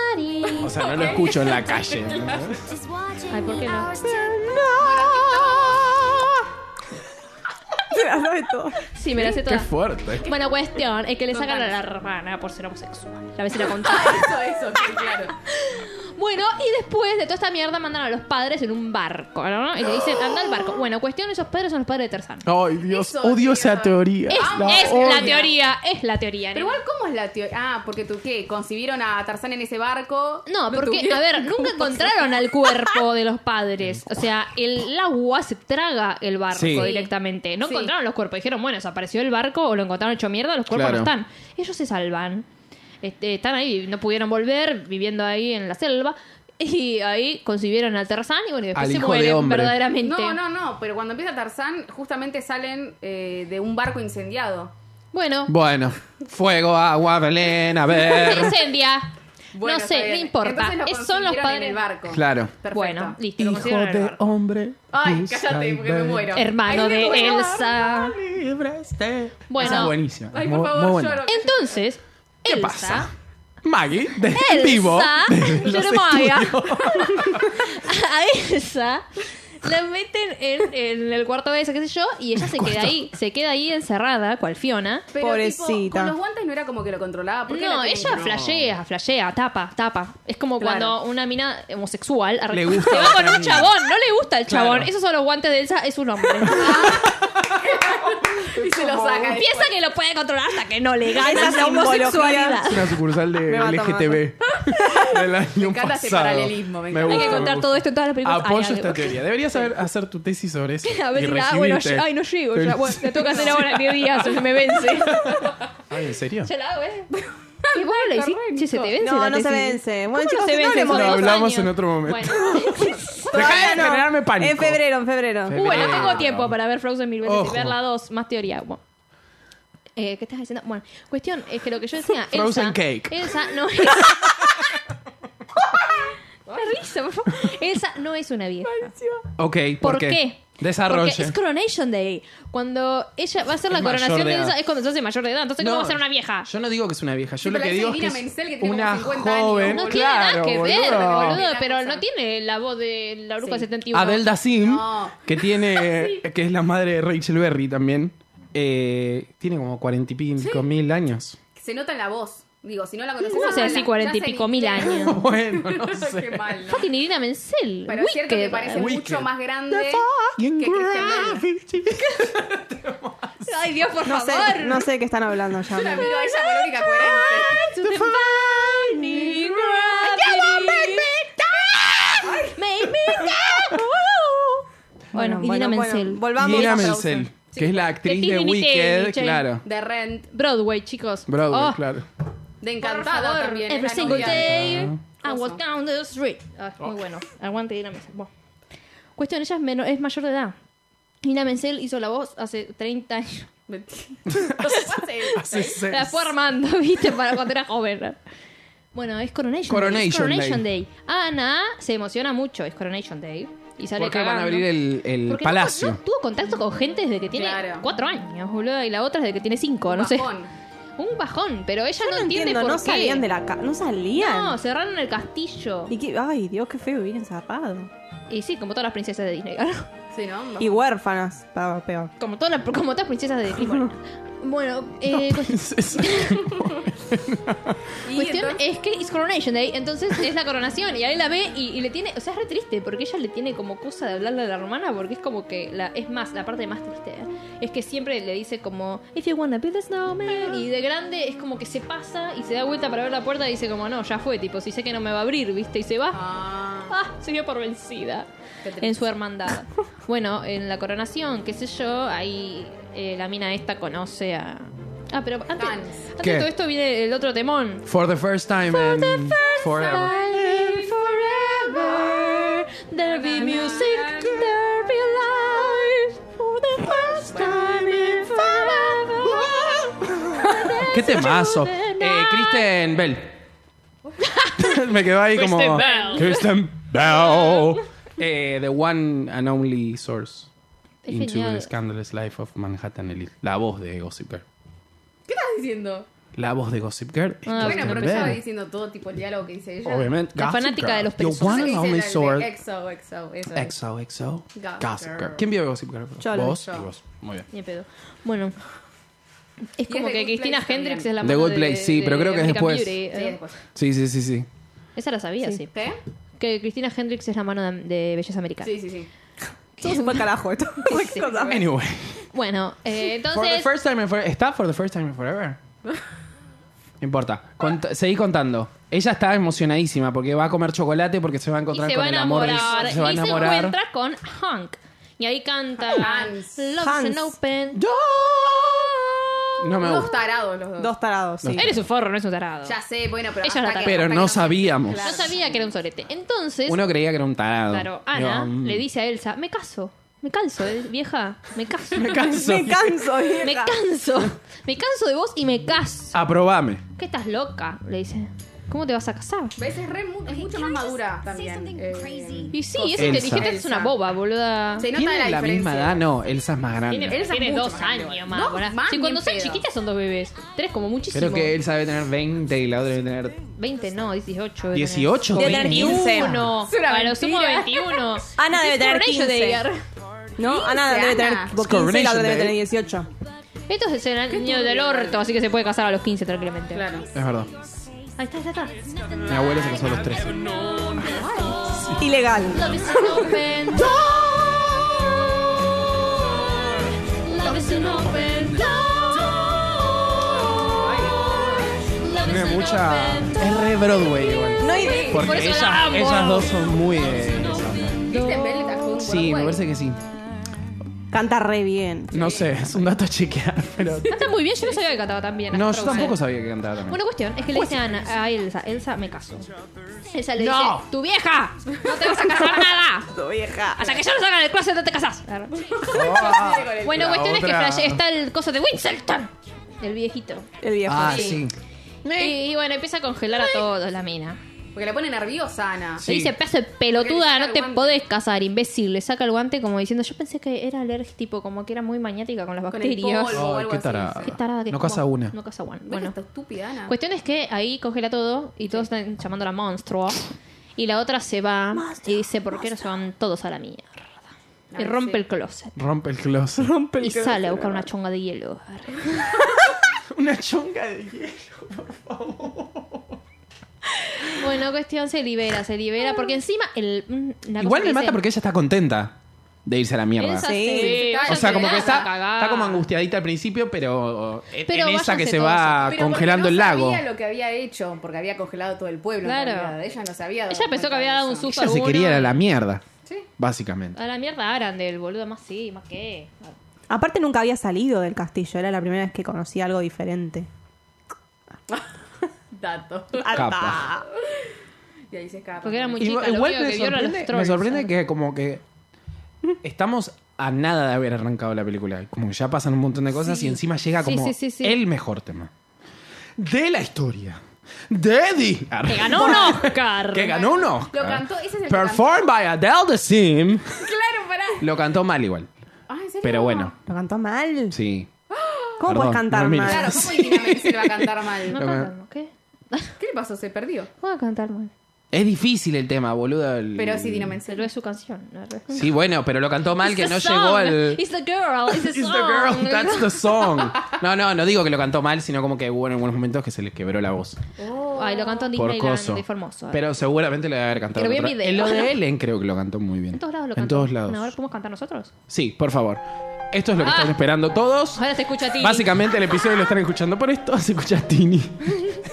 S1: O sea, no lo escucho en la calle.
S4: Ay, ¿por qué no?
S3: Se la sabe todo.
S4: Sí, me la sé
S1: Qué
S4: toda.
S1: fuerte.
S4: Bueno, cuestión, es que le sacan a la hermana por ser homosexual. La vecina contaba.
S2: Eso, eso, sí, claro.
S4: Bueno, y después de toda esta mierda mandan a los padres en un barco, ¿no? Y le dicen, anda al barco. Bueno, cuestión, esos padres son los padres de Tarzán.
S1: Ay, Dios.
S2: Eso,
S1: Odio
S2: tío.
S1: esa teoría.
S4: Es,
S1: La
S4: es
S1: odio.
S4: la teoría, es la teoría.
S2: Pero
S4: nena.
S2: igual, ¿cómo es la teoría? Ah, porque tú qué, concibieron a Tarzán en ese barco.
S4: No,
S2: Lo
S4: porque,
S2: tuvieron-
S4: a ver, nunca encontraron al cuerpo de los padres. O sea, el agua se traga el barco
S1: Sí.
S4: directamente. No
S2: Sí.
S4: encontraron los cuerpos. Dijeron, bueno, desapareció el barco o lo encontraron hecho mierda, los cuerpos
S1: Claro.
S4: no están. Ellos se salvan. Este, están ahí, no pudieron volver, viviendo ahí en la selva. Y ahí concibieron a Tarzán y bueno, y después
S1: Al
S4: se
S1: hijo de
S4: mueren
S1: hombre.
S4: verdaderamente.
S2: No, no, no, pero cuando empieza Tarzán, justamente salen eh, de un barco incendiado.
S4: Bueno,
S1: Bueno, fuego, agua, Belén, a
S4: se
S1: ver.
S4: incendia.
S2: Bueno,
S4: no
S2: está
S4: sé, no
S2: bien.
S4: importa.
S2: Entonces lo
S4: Es- son los
S2: concibieron
S4: padres.
S2: En el barco.
S1: Claro.
S2: Perfecto.
S4: Bueno, listo. lo
S1: Hijo
S4: concibieron en el
S1: de
S4: barco.
S1: hombre.
S2: Ay,
S1: busca
S2: cállate, porque me
S1: Belén.
S2: muero.
S4: Hermano
S2: Ay,
S4: de
S2: me muero.
S4: Elsa.
S1: Libres de-
S4: Bueno.
S1: este. Esa es buenísima.
S2: Ay,
S1: muy,
S2: por favor,
S1: muy buena.
S2: lloro.
S4: Entonces,
S1: ¿Qué
S4: Elsa,
S1: pasa? Maggie, de
S4: Elsa,
S1: vivo. desde los
S4: Jeremiah.
S1: estudios.
S4: a Elsa la meten en, en el cuarto de esa, qué sé yo, y ella se queda ahí, se queda ahí encerrada, cual Fiona.
S2: Pero,
S3: Pobrecita.
S2: tipo, con los guantes no era como que lo controlaba. ¿por qué la
S4: No,
S2: tenía?
S4: ella flashea, flashea, tapa, tapa. Es como
S2: Claro.
S4: cuando una mina homosexual arre-
S1: Le gusta
S4: se va con
S1: otra
S4: un
S1: mina.
S4: chabón, no le gusta el
S1: Claro.
S4: chabón. Esos son los guantes de Elsa, es un hombre.
S2: Y se lo saca.
S4: Piensa
S1: pues.
S4: que lo puede controlar hasta que no le gana
S3: Esa
S4: la
S3: simbología.
S4: homosexualidad.
S1: Es una sucursal de
S3: Me mata,
S1: LGTB. Del año
S2: encanta ese
S1: pasado.
S2: paralelismo, me encanta.
S4: Hay que
S1: gusta,
S4: contar
S1: me
S4: todo
S1: gusta.
S4: esto en todas las películas. Ay,
S1: Apoyo
S4: ay,
S1: esta
S4: ay.
S1: teoría. Deberías saber hacer tu tesis sobre eso.
S4: A ver,
S1: y
S4: si la- bueno,
S1: recibirte.
S4: ay, no llego. ya, bueno, la tengo que hacer
S1: Sí.
S4: ahora en 10 días, se me vence.
S1: Ay, ¿en serio?
S4: Se la hago, ¿eh? Y bueno, la hiciste, che, se te vence.
S3: No,
S4: la
S3: no se
S4: tesis.
S3: vence.
S4: ¿Cómo
S3: Bueno,
S4: no
S3: chicos,
S4: se
S3: que no
S4: vence?
S3: hablemos
S4: Se
S1: de
S4: dos
S1: eso. Lo hablamos
S4: años.
S1: en otro momento.
S4: Bueno.
S1: Deja de
S3: Bueno,
S1: generarme pánico.
S3: En febrero, en febrero.
S1: Febrero.
S4: bueno,
S1: Bien.
S4: tengo tiempo para ver Frozen mil veces
S1: Ojo.
S4: y ver la 2, más teoría. Bueno. Eh, ¿Qué estás diciendo? Bueno, cuestión es que lo que yo decía.
S1: Frozen
S4: Elsa,
S1: cake.
S4: Elsa no es. La risa, por favor. Elsa no es una vieja.
S1: Ok, ¿por,
S4: ¿Por qué?
S1: Desarrolle.
S4: Porque es Coronation Day. Cuando ella va a hacer la
S1: Es mayor
S4: coronación
S1: de
S4: de Elsa
S1: edad.
S4: es cuando se hace mayor de edad. Entonces, ¿cómo va a ser una vieja?
S1: Yo no digo que es una vieja. Yo
S2: Sí,
S1: lo
S2: pero
S1: que
S2: la
S1: digo es que
S2: Silvina
S1: es
S2: Menzel, que tiene
S1: una
S2: como 50 años,
S1: joven.
S4: No
S2: boludo.
S4: tiene nada
S1: claro,
S4: que ver,
S1: boludo.
S4: boludo,
S2: Una
S4: pero
S2: cosa.
S4: no tiene la voz de la bruja
S2: Sí.
S4: 71.
S1: Abelda Sim,
S2: No.
S1: que tiene que es la madre de Rachel Berry también, eh, tiene como cuarenta y pico mil años.
S2: Se nota en la voz. Digo, si no la conoces.
S4: ¿Cómo se
S2: habla,
S4: así
S2: ya
S4: cuarenta y
S2: se
S4: pico mil
S2: entiende.
S4: años?
S1: Bueno, no sé.
S2: Qué mal, ¿no?
S4: Fucking Irina Menzel.
S2: Pero es cierto que
S4: Wicked.
S2: parece
S1: Wicked.
S2: mucho más grande
S1: The
S2: que
S1: fucking
S2: Christian Bale.
S1: gravity.
S4: Ay, Dios, por
S3: No
S4: favor.
S3: sé, no sé qué están hablando ya.
S2: Yo la miro a ella con única coherente.
S4: To the fucking gravity. Make me down. Bueno, Irina Menzel.
S3: Volvamos
S1: Idina
S3: a Frozen.
S1: Menzel, que es la actriz
S4: Titi
S1: de
S4: Nini
S1: Wicked,
S4: Teniche.
S1: claro.
S2: De Rent,
S4: Broadway, chicos.
S1: Broadway,
S4: Oh,
S1: claro.
S2: de
S4: Por
S2: Encantado
S4: favor,
S2: también.
S4: every
S2: es la
S4: single
S2: novia.
S4: day I
S2: Ajá.
S4: walk down the street. Ah,
S1: Oh.
S4: Muy bueno. Aguante Irina Menzel. Bueno. Cuestión, ella es, menor- es mayor de edad. Irina Menzel hizo la voz hace 30 años.
S1: Hace seis.
S4: La fue armando, ¿viste? Para cuando era joven. Bueno, es Coronation, Day. es
S1: Coronation
S4: Coronation Day. Ana se emociona mucho, es Coronation Day. Y sale
S1: Porque van a
S4: cagando.
S1: abrir el, el
S4: Porque no-
S1: palacio.
S4: No, tuvo contacto con gente desde que tiene
S2: Claro.
S4: cuatro años, boludo. Y la otra desde que tiene cinco, no sé.
S2: Bajón.
S4: Un bajón, pero ella
S3: Yo
S4: no, entiende por
S3: no
S4: qué.
S3: salían de la casa. No salían.
S4: No, cerraron el castillo.
S3: Y que- ay, Dios, qué feo vivir encerrado.
S4: Y sí, como todas las princesas de Disney, claro.
S2: Sí, ¿no? No.
S3: Y huérfanas, pa- peor.
S4: Como todas, las- como todas las princesas de Disney. Bueno, Bueno, eh, cuest-
S2: Y
S4: cuestión
S2: entonces-
S4: es que es Coronation Day, entonces es la coronación. Y ahí la ve y, y le tiene. O sea, es re triste porque ella le tiene como cosa de hablarle a la hermana porque es como que. La, es más, la parte más triste ¿eh? es que siempre le dice como. If you wanna build a snowman. Y de grande es como que se pasa y se da vuelta para ver la puerta y dice como, no, ya fue, tipo, si sé que no me va a abrir, ¿viste? Y se va.
S2: Ah,
S4: Ah, se dio por vencida
S2: Qué triste.
S4: en su hermandad. bueno, en la coronación, qué sé yo, ahí eh, la mina esta conoce a... Ah, pero antes,
S2: Hans.
S4: antes
S1: ¿Qué?
S4: de todo esto viene el otro temón.
S1: For the first time in forever.
S4: Live forever, there be music, there be life, for the first time in forever.
S1: ¡Qué temazo!
S4: Through the
S1: Eh, Kristen Bell. Me quedó ahí como.
S4: Kristen Bell.
S1: Kristen Bell. Eh, the one and only source
S4: Es
S1: into the
S4: genial.
S1: scandalous life of Manhattan Elite. La voz de Gossip Girl.
S2: ¿Qué estás diciendo?
S1: La voz de Gossip Girl. es
S2: Bueno,
S4: Ah,
S1: Kristen
S2: pero
S1: Bell.
S2: estaba diciendo todo tipo de diálogo que dice ella.
S1: Obviamente.
S4: La
S1: Gossip
S4: fanática
S1: Girl.
S4: de los
S1: The
S4: pelusos.
S1: one and
S2: Dice
S1: only
S2: la de
S1: source.
S2: Exo, exo, eso. es.
S1: Exo, exo.
S2: Gossip
S1: Gossip Girl.
S2: Girl.
S1: ¿Quién vio Gossip Girl?
S3: Yo lo-
S1: vos
S2: yo.
S1: y vos. Muy bien.
S4: Ni pedo. Bueno. Es como
S2: The
S4: que
S2: Good
S4: Cristina
S2: Place
S4: Hendrix
S2: también.
S4: es la
S1: The
S4: mano
S1: Good
S4: de-
S1: Place, sí,
S4: de
S1: pero creo que es
S4: American
S1: después.
S4: Beauty. Eh,
S2: Sí, después.
S1: Sí, sí, sí, sí.
S4: Esa la sabía, sí.
S2: ¿Qué?
S4: Que Cristina Hendrix es la mano de, de Belleza Americana.
S2: Sí, sí, sí.
S3: Todo se fue al carajo esto.
S4: Sí.
S3: Cosa.
S1: Anyway.
S4: Bueno, eh,
S1: For the
S4: entonces.
S1: first time in forever. ¿Está for the first time in forever? No importa. Cont- seguí contando. Ella está emocionadísima porque va a comer chocolate porque se va a
S4: Y
S1: encontrar
S4: se
S1: con
S4: va a
S1: el amor. del-
S4: enamorar.
S1: se va a
S4: y
S1: enamorar.
S4: se encuentra con Hank. Y ahí canta.
S2: Hans.
S4: Love's
S3: Hans.
S4: an open.
S1: Yo- No me
S2: Dos
S1: gusta.
S2: tarados los dos.
S3: Dos tarados, sí.
S4: Eres un forro, no es un tarado.
S2: Ya sé, bueno, pero.
S4: Ella
S2: hasta
S4: la
S2: que-
S4: tapa.
S1: Pero
S2: hasta
S1: no
S2: que
S1: sabíamos.
S4: Yo
S2: Claro.
S4: sabía que era un sorete. Entonces,
S1: Uno creía que era un tarado.
S4: claro,
S1: Digo,
S4: Ana
S1: mm,
S4: le dice a Elsa: Me caso. Me canso, eh, vieja. Me caso.
S1: Me canso.
S3: Me canso,
S4: Me
S3: vieja.
S4: canso. Me canso de vos y me caso.
S1: Aprobame.
S4: ¿Qué estás loca? Le dice. ¿Cómo te vas a casar?
S2: ¿Ves? Es, re mu- es mucho más madura también. eh,
S4: Y sí, es
S1: Elsa.
S4: inteligente, es una boba, boluda.
S2: se nota
S1: ¿Tiene la,
S2: la, diferencia.
S1: misma edad? No, Elsa es más grande.
S4: Tiene,
S2: Elsa
S4: tiene
S2: es mucho
S4: dos
S2: más grande,
S4: años
S2: boluda.
S4: más.
S2: Dos
S4: boluda.
S2: más,
S4: Sí,
S2: ni
S4: cuando
S2: en
S4: son
S2: pedo.
S4: chiquitas son dos bebés. Tres como muchísimo.
S1: Creo que Elsa debe tener 20 y la otra debe tener
S4: 20 no, 18. debe
S1: 18.
S3: Debe
S4: tener.
S3: tener
S1: 20.
S4: 21.
S2: Es una
S4: A lo sumo
S2: mentira.
S4: 21.
S3: Ana debe
S4: Es
S3: tener
S4: Coronation
S3: 15.
S4: Day.
S3: No, Ana debe tener
S2: Ana.
S3: tipo 15 y la otra debe
S1: Day.
S3: tener 18.
S4: Esto es el niño del orto, así que se puede casar a los 15 tranquilamente.
S2: Claro.
S1: Es verdad.
S4: Ahí está, ahí está, ahí está.
S1: Mi abuela se casó a los 13.
S3: Ilegal.
S4: Love is an open door. Love is an open door. Love is
S1: Tiene
S4: an
S1: mucha.
S4: open
S1: Es re Broadway igual.
S3: No hay...
S1: Porque
S4: Por eso
S1: ellas,
S4: la amo.
S1: ellas dos son muy de esa onda.
S2: Kristen Bell le tatuó un
S1: Sí, me
S2: Paraguay.
S1: parece que sí.
S3: Canta re bien.
S1: No sé, es un dato a chequear, pero.
S4: Canta muy bien, yo no sabía que cantaba tan bien.
S1: No, yo
S4: Astro
S1: tampoco
S4: Man.
S1: sabía que cantaba también.
S4: Bueno, cuestión, es que le dice a, Ana- a Elsa, Elsa, me caso. Elsa le
S1: No.
S4: dice, ¡tu vieja! ¡No te vas a casar nada!
S3: Tu vieja.
S4: Hasta que yo no salga del closet no te casás. Bueno,
S1: La
S4: cuestión es que
S1: otra-
S4: flashe- está el coso de Winselton, el viejito.
S3: El viejo.
S1: Ah, sí.
S2: Eh.
S4: Y, y bueno, empieza a congelar a todos la mina.
S2: Porque la pone nerviosa, Ana.
S1: Sí.
S4: Le dice, pedazo de
S2: Porque le
S4: pelotuda,
S2: saca
S4: no
S2: el
S4: te
S2: guante.
S4: podés casar, imbécil. Le saca el guante como diciendo, yo pensé que era alérgica, tipo, como que era muy maniática con las
S2: Con el
S4: bacterias.
S2: polvo. o
S1: Ay,
S2: algo
S1: qué
S2: así.
S1: tarada.
S4: Qué tarada que
S1: No
S4: es,
S1: casa
S4: como-
S1: una.
S4: No casa una.
S2: Bueno.
S4: Bueno.
S2: Esta estúpida, Ana.
S4: Cuestión es que ahí congela todo y todos están llamando a la monstruo. Y la otra se va y dice, ¿por qué no se van todos a la mierda? Y
S2: Ay,
S4: rompe
S2: sí.
S4: el closet.
S1: Rompe el closet.
S4: Y sale a buscar una chonga de hielo.
S1: Una chonga de hielo.
S4: Bueno, cuestión se libera, se libera. Porque encima el. mm, la cosa
S1: Igual
S4: que
S1: me mata
S4: dice-
S1: porque ella está contenta de irse a la mierda.
S4: Elsa
S3: Sí.
S4: se-
S2: O
S1: O sea, como que
S4: váyanse
S1: está,
S4: a cagar.
S1: está como angustiadita al principio, pero en, en
S4: Pero
S1: esa que
S4: váyanse
S1: se
S4: todos a-
S1: va
S2: Pero porque
S1: Ah, congelando
S2: no
S1: el lago.
S2: sabía lo que había hecho, porque había congelado todo el pueblo.
S4: Claro.
S2: En realidad. Ella no sabía.
S4: Ella pensó que había dado un susto.
S1: Ella se quería ir a la mierda,
S2: Sí.
S1: básicamente.
S4: A la mierda Arandel, boludo, más sí, más qué.
S3: Aparte nunca había salido del castillo. Era la primera vez que conocí algo diferente.
S2: Dato.
S1: Capa.
S2: Y ahí se escapa.
S4: Porque era muy
S1: Igual-
S4: chica, lo
S1: igual
S4: único
S1: me
S4: que vio era los
S1: sorprende, me
S4: trolls.
S1: sorprende que como que estamos a nada de haber arrancado la película. Como que ya pasan un montón de cosas y encima llega
S4: Sí,
S1: como
S4: sí, sí, sí.
S1: el mejor tema. De la historia. De Eddie.
S4: Que ganó un Oscar.
S1: Que ganó un Oscar.
S2: Lo cantó- ese es el que
S1: Performed by Adele The Sim.
S2: Claro, pará.
S1: Lo cantó mal igual.
S2: Ah, ¿en serio?
S1: Pero bueno,
S3: Lo cantó mal.
S1: sí.
S3: ¿Cómo
S1: Perdón,
S3: puedes cantar
S1: no mires.
S3: mal?
S2: Claro, ¿cómo Dinamix se le va a cantar mal?
S4: No
S1: Lo
S4: cantamos, ¿qué?
S2: ¿Qué le pasó? Se perdió.
S4: Vamos a cantar mal.
S1: Es difícil el tema, boludo. el-
S2: Pero sí, Dinamix.
S4: Pero es su canción. ¿no?
S1: Sí, bueno, pero lo cantó mal que
S4: It's
S1: no
S4: a
S1: llegó
S4: song.
S1: al...
S4: It's the girl. It's the
S1: It's the
S4: song.
S1: girl, that's the song. No, no, no digo que lo cantó mal, sino como que hubo en algunos momentos que se le quebró la voz.
S4: Ay, lo cantó en
S1: por
S4: Disneyland eh.
S1: coso.
S4: de Formosa.
S1: Pero seguramente le debe haber cantado.
S4: Que lo vi en
S1: otro- lo
S4: video.
S1: de Ellen creo que lo cantó muy bien.
S4: en todos lados lo
S1: En
S4: cantó.
S1: todos lados.
S4: Bueno, ahora podemos cantar nosotros.
S1: Sí, por favor. Esto es lo que
S4: pues. Ah.
S1: están esperando todos.
S4: Ahora se escucha a ti.
S1: Básicamente el episodio lo están escuchando por esto, se escucha a Tini.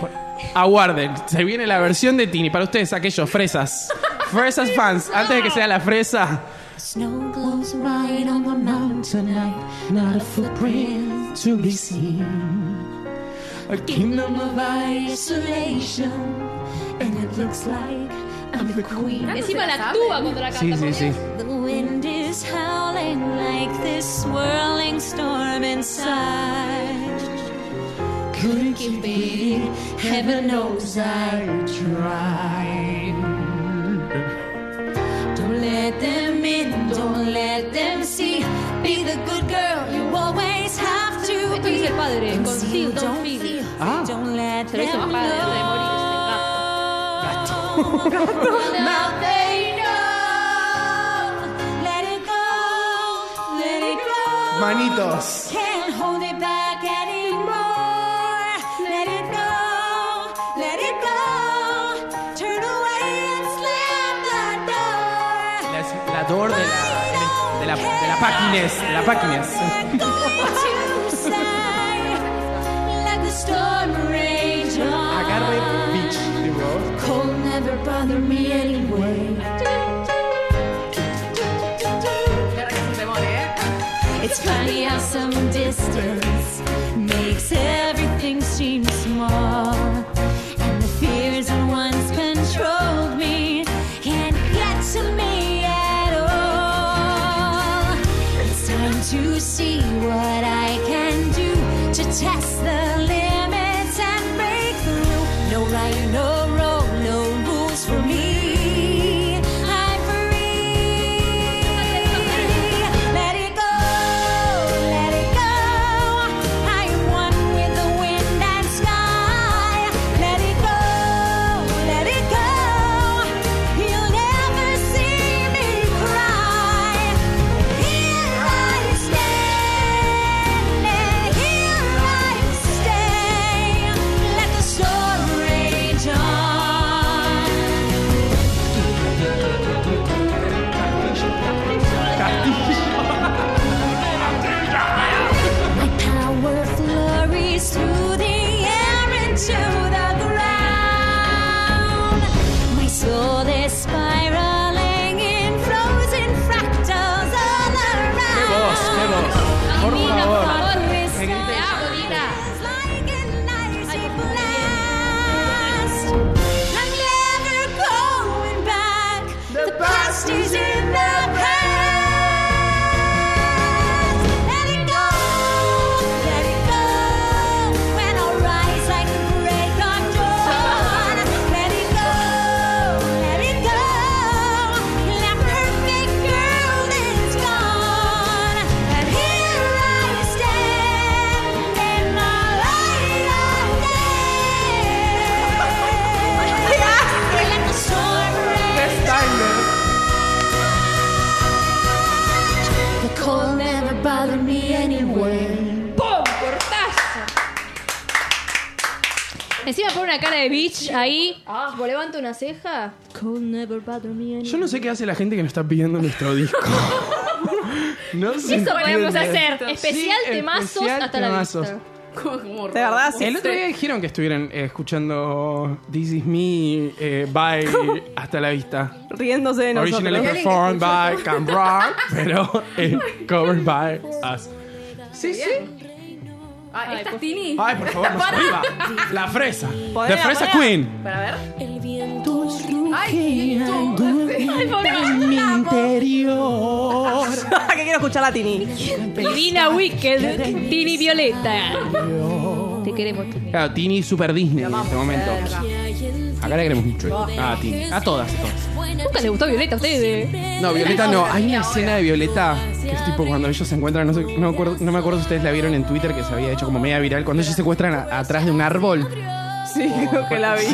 S1: Por- Aguarden, se viene la versión de Tini para ustedes, aquellos fresas. Fresas fans, antes de que sea la fresa.
S5: Snow glows white on the mountain tonight, not a footprint
S1: to be seen. A
S5: kingdom of isolation, and it looks like I'm the queen.
S4: Encima
S2: se la
S4: la
S2: sabe.
S4: actúa cuando la canta.
S1: Sí, sí,
S4: por
S1: sí.
S4: Dios.
S5: The wind is howling like this swirling storm inside. Couldn't keep it, heaven knows I tried. Don't let them in, don't let them see. Be the good girl you always have to
S4: Esto
S5: be.
S4: dice el padre,
S5: Don't
S4: con
S5: see,
S4: feel, don't
S5: don't
S4: feel.
S5: feel,
S1: Ah.
S5: don't let
S4: Se lo hizo
S5: them
S4: el padre antes de morir, este gato.
S5: know. Now they know. Let it go, let it go.
S1: Manitos.
S5: Can't hold it back anymore. Let it go, let it go. Turn away and slam the door.
S1: La, la dor de la, de la, de la Páquines, de la Páquines.
S5: They're going to say, let the storm rage on.
S1: Agarre bitch, digo.
S5: Cold never bothered me anyway.
S2: Claro que es un temor, ¿eh?
S5: It's funny how some distance makes everything seem small. And the fears that once controlled me can't get to me at all. It's time to see what I can do to test the limits and break through. No right, no wrong, no rules for me. I'm free. Let it go, let it go. I am one with the wind and sky. Let it go, let it go. You'll never see me cry. Here I stand, here I stay. Let the storm rage on. My power flurries through the air into the ground. My soul is spiraling in frozen fractals all around.
S1: voz, qué voz. Por
S5: Camina
S1: favor.
S5: por this
S1: Que grite.
S5: night.
S4: Ah, bonita.
S5: It's like an icy blast. I'm never going back. The past is in the past. Let it go, let it go. When I rise like the break of dawn. Let it go, let it go. That perfect girl is gone. And here I stand in the light of day. Let the storm rage The cold never bothered me anyway.
S4: ¡Pum! ¡Cortazo! Encima pone una cara de bitch ahí. Tipo, levanta una ceja. Cold never bother me anymore.
S1: Yo no sé qué hace la gente que nos está pidiendo nuestro disco. No se
S4: Eso podemos
S1: entiende.
S4: hacer.
S1: Sí,
S4: Especial temazos
S1: especial
S4: hasta
S1: temazos.
S4: la vista.
S2: Como- como-
S3: De verdad, sí.
S1: El otro día dijeron que estuvieran eh, escuchando This Is Me eh, by Hasta la Vista.
S3: Riéndose de nosotros.
S1: Originally performed by Cam Brown, pero eh, covered by us. Sí, sí.
S2: Ah, esta
S4: pues
S2: es Tini.
S1: Ay, por favor, más arriba. La fresa.
S3: Ponela,
S1: The Fresa
S3: ponela.
S1: Queen.
S2: Para ver.
S5: El viento
S2: Ay, tú.
S1: En mi interior.
S3: que quiero escuchar la Tini.
S4: Divina Wicked. Tini Violeta. Te queremos, Tini.
S1: Claro, Tini Super Disney en este momento. Acá le queremos mucho. A Tini. A todas, a todas.
S4: Nunca le gustó Violeta a ustedes.
S1: No, Violeta no. Hay una escena de Violeta Que es tipo cuando ellos se encuentran, no, sé- no, acuerdo- no me acuerdo si ustedes la vieron en Twitter que se había hecho como media viral, cuando ellos se encuentran a- atrás de un árbol.
S3: Sí, creo que la vi.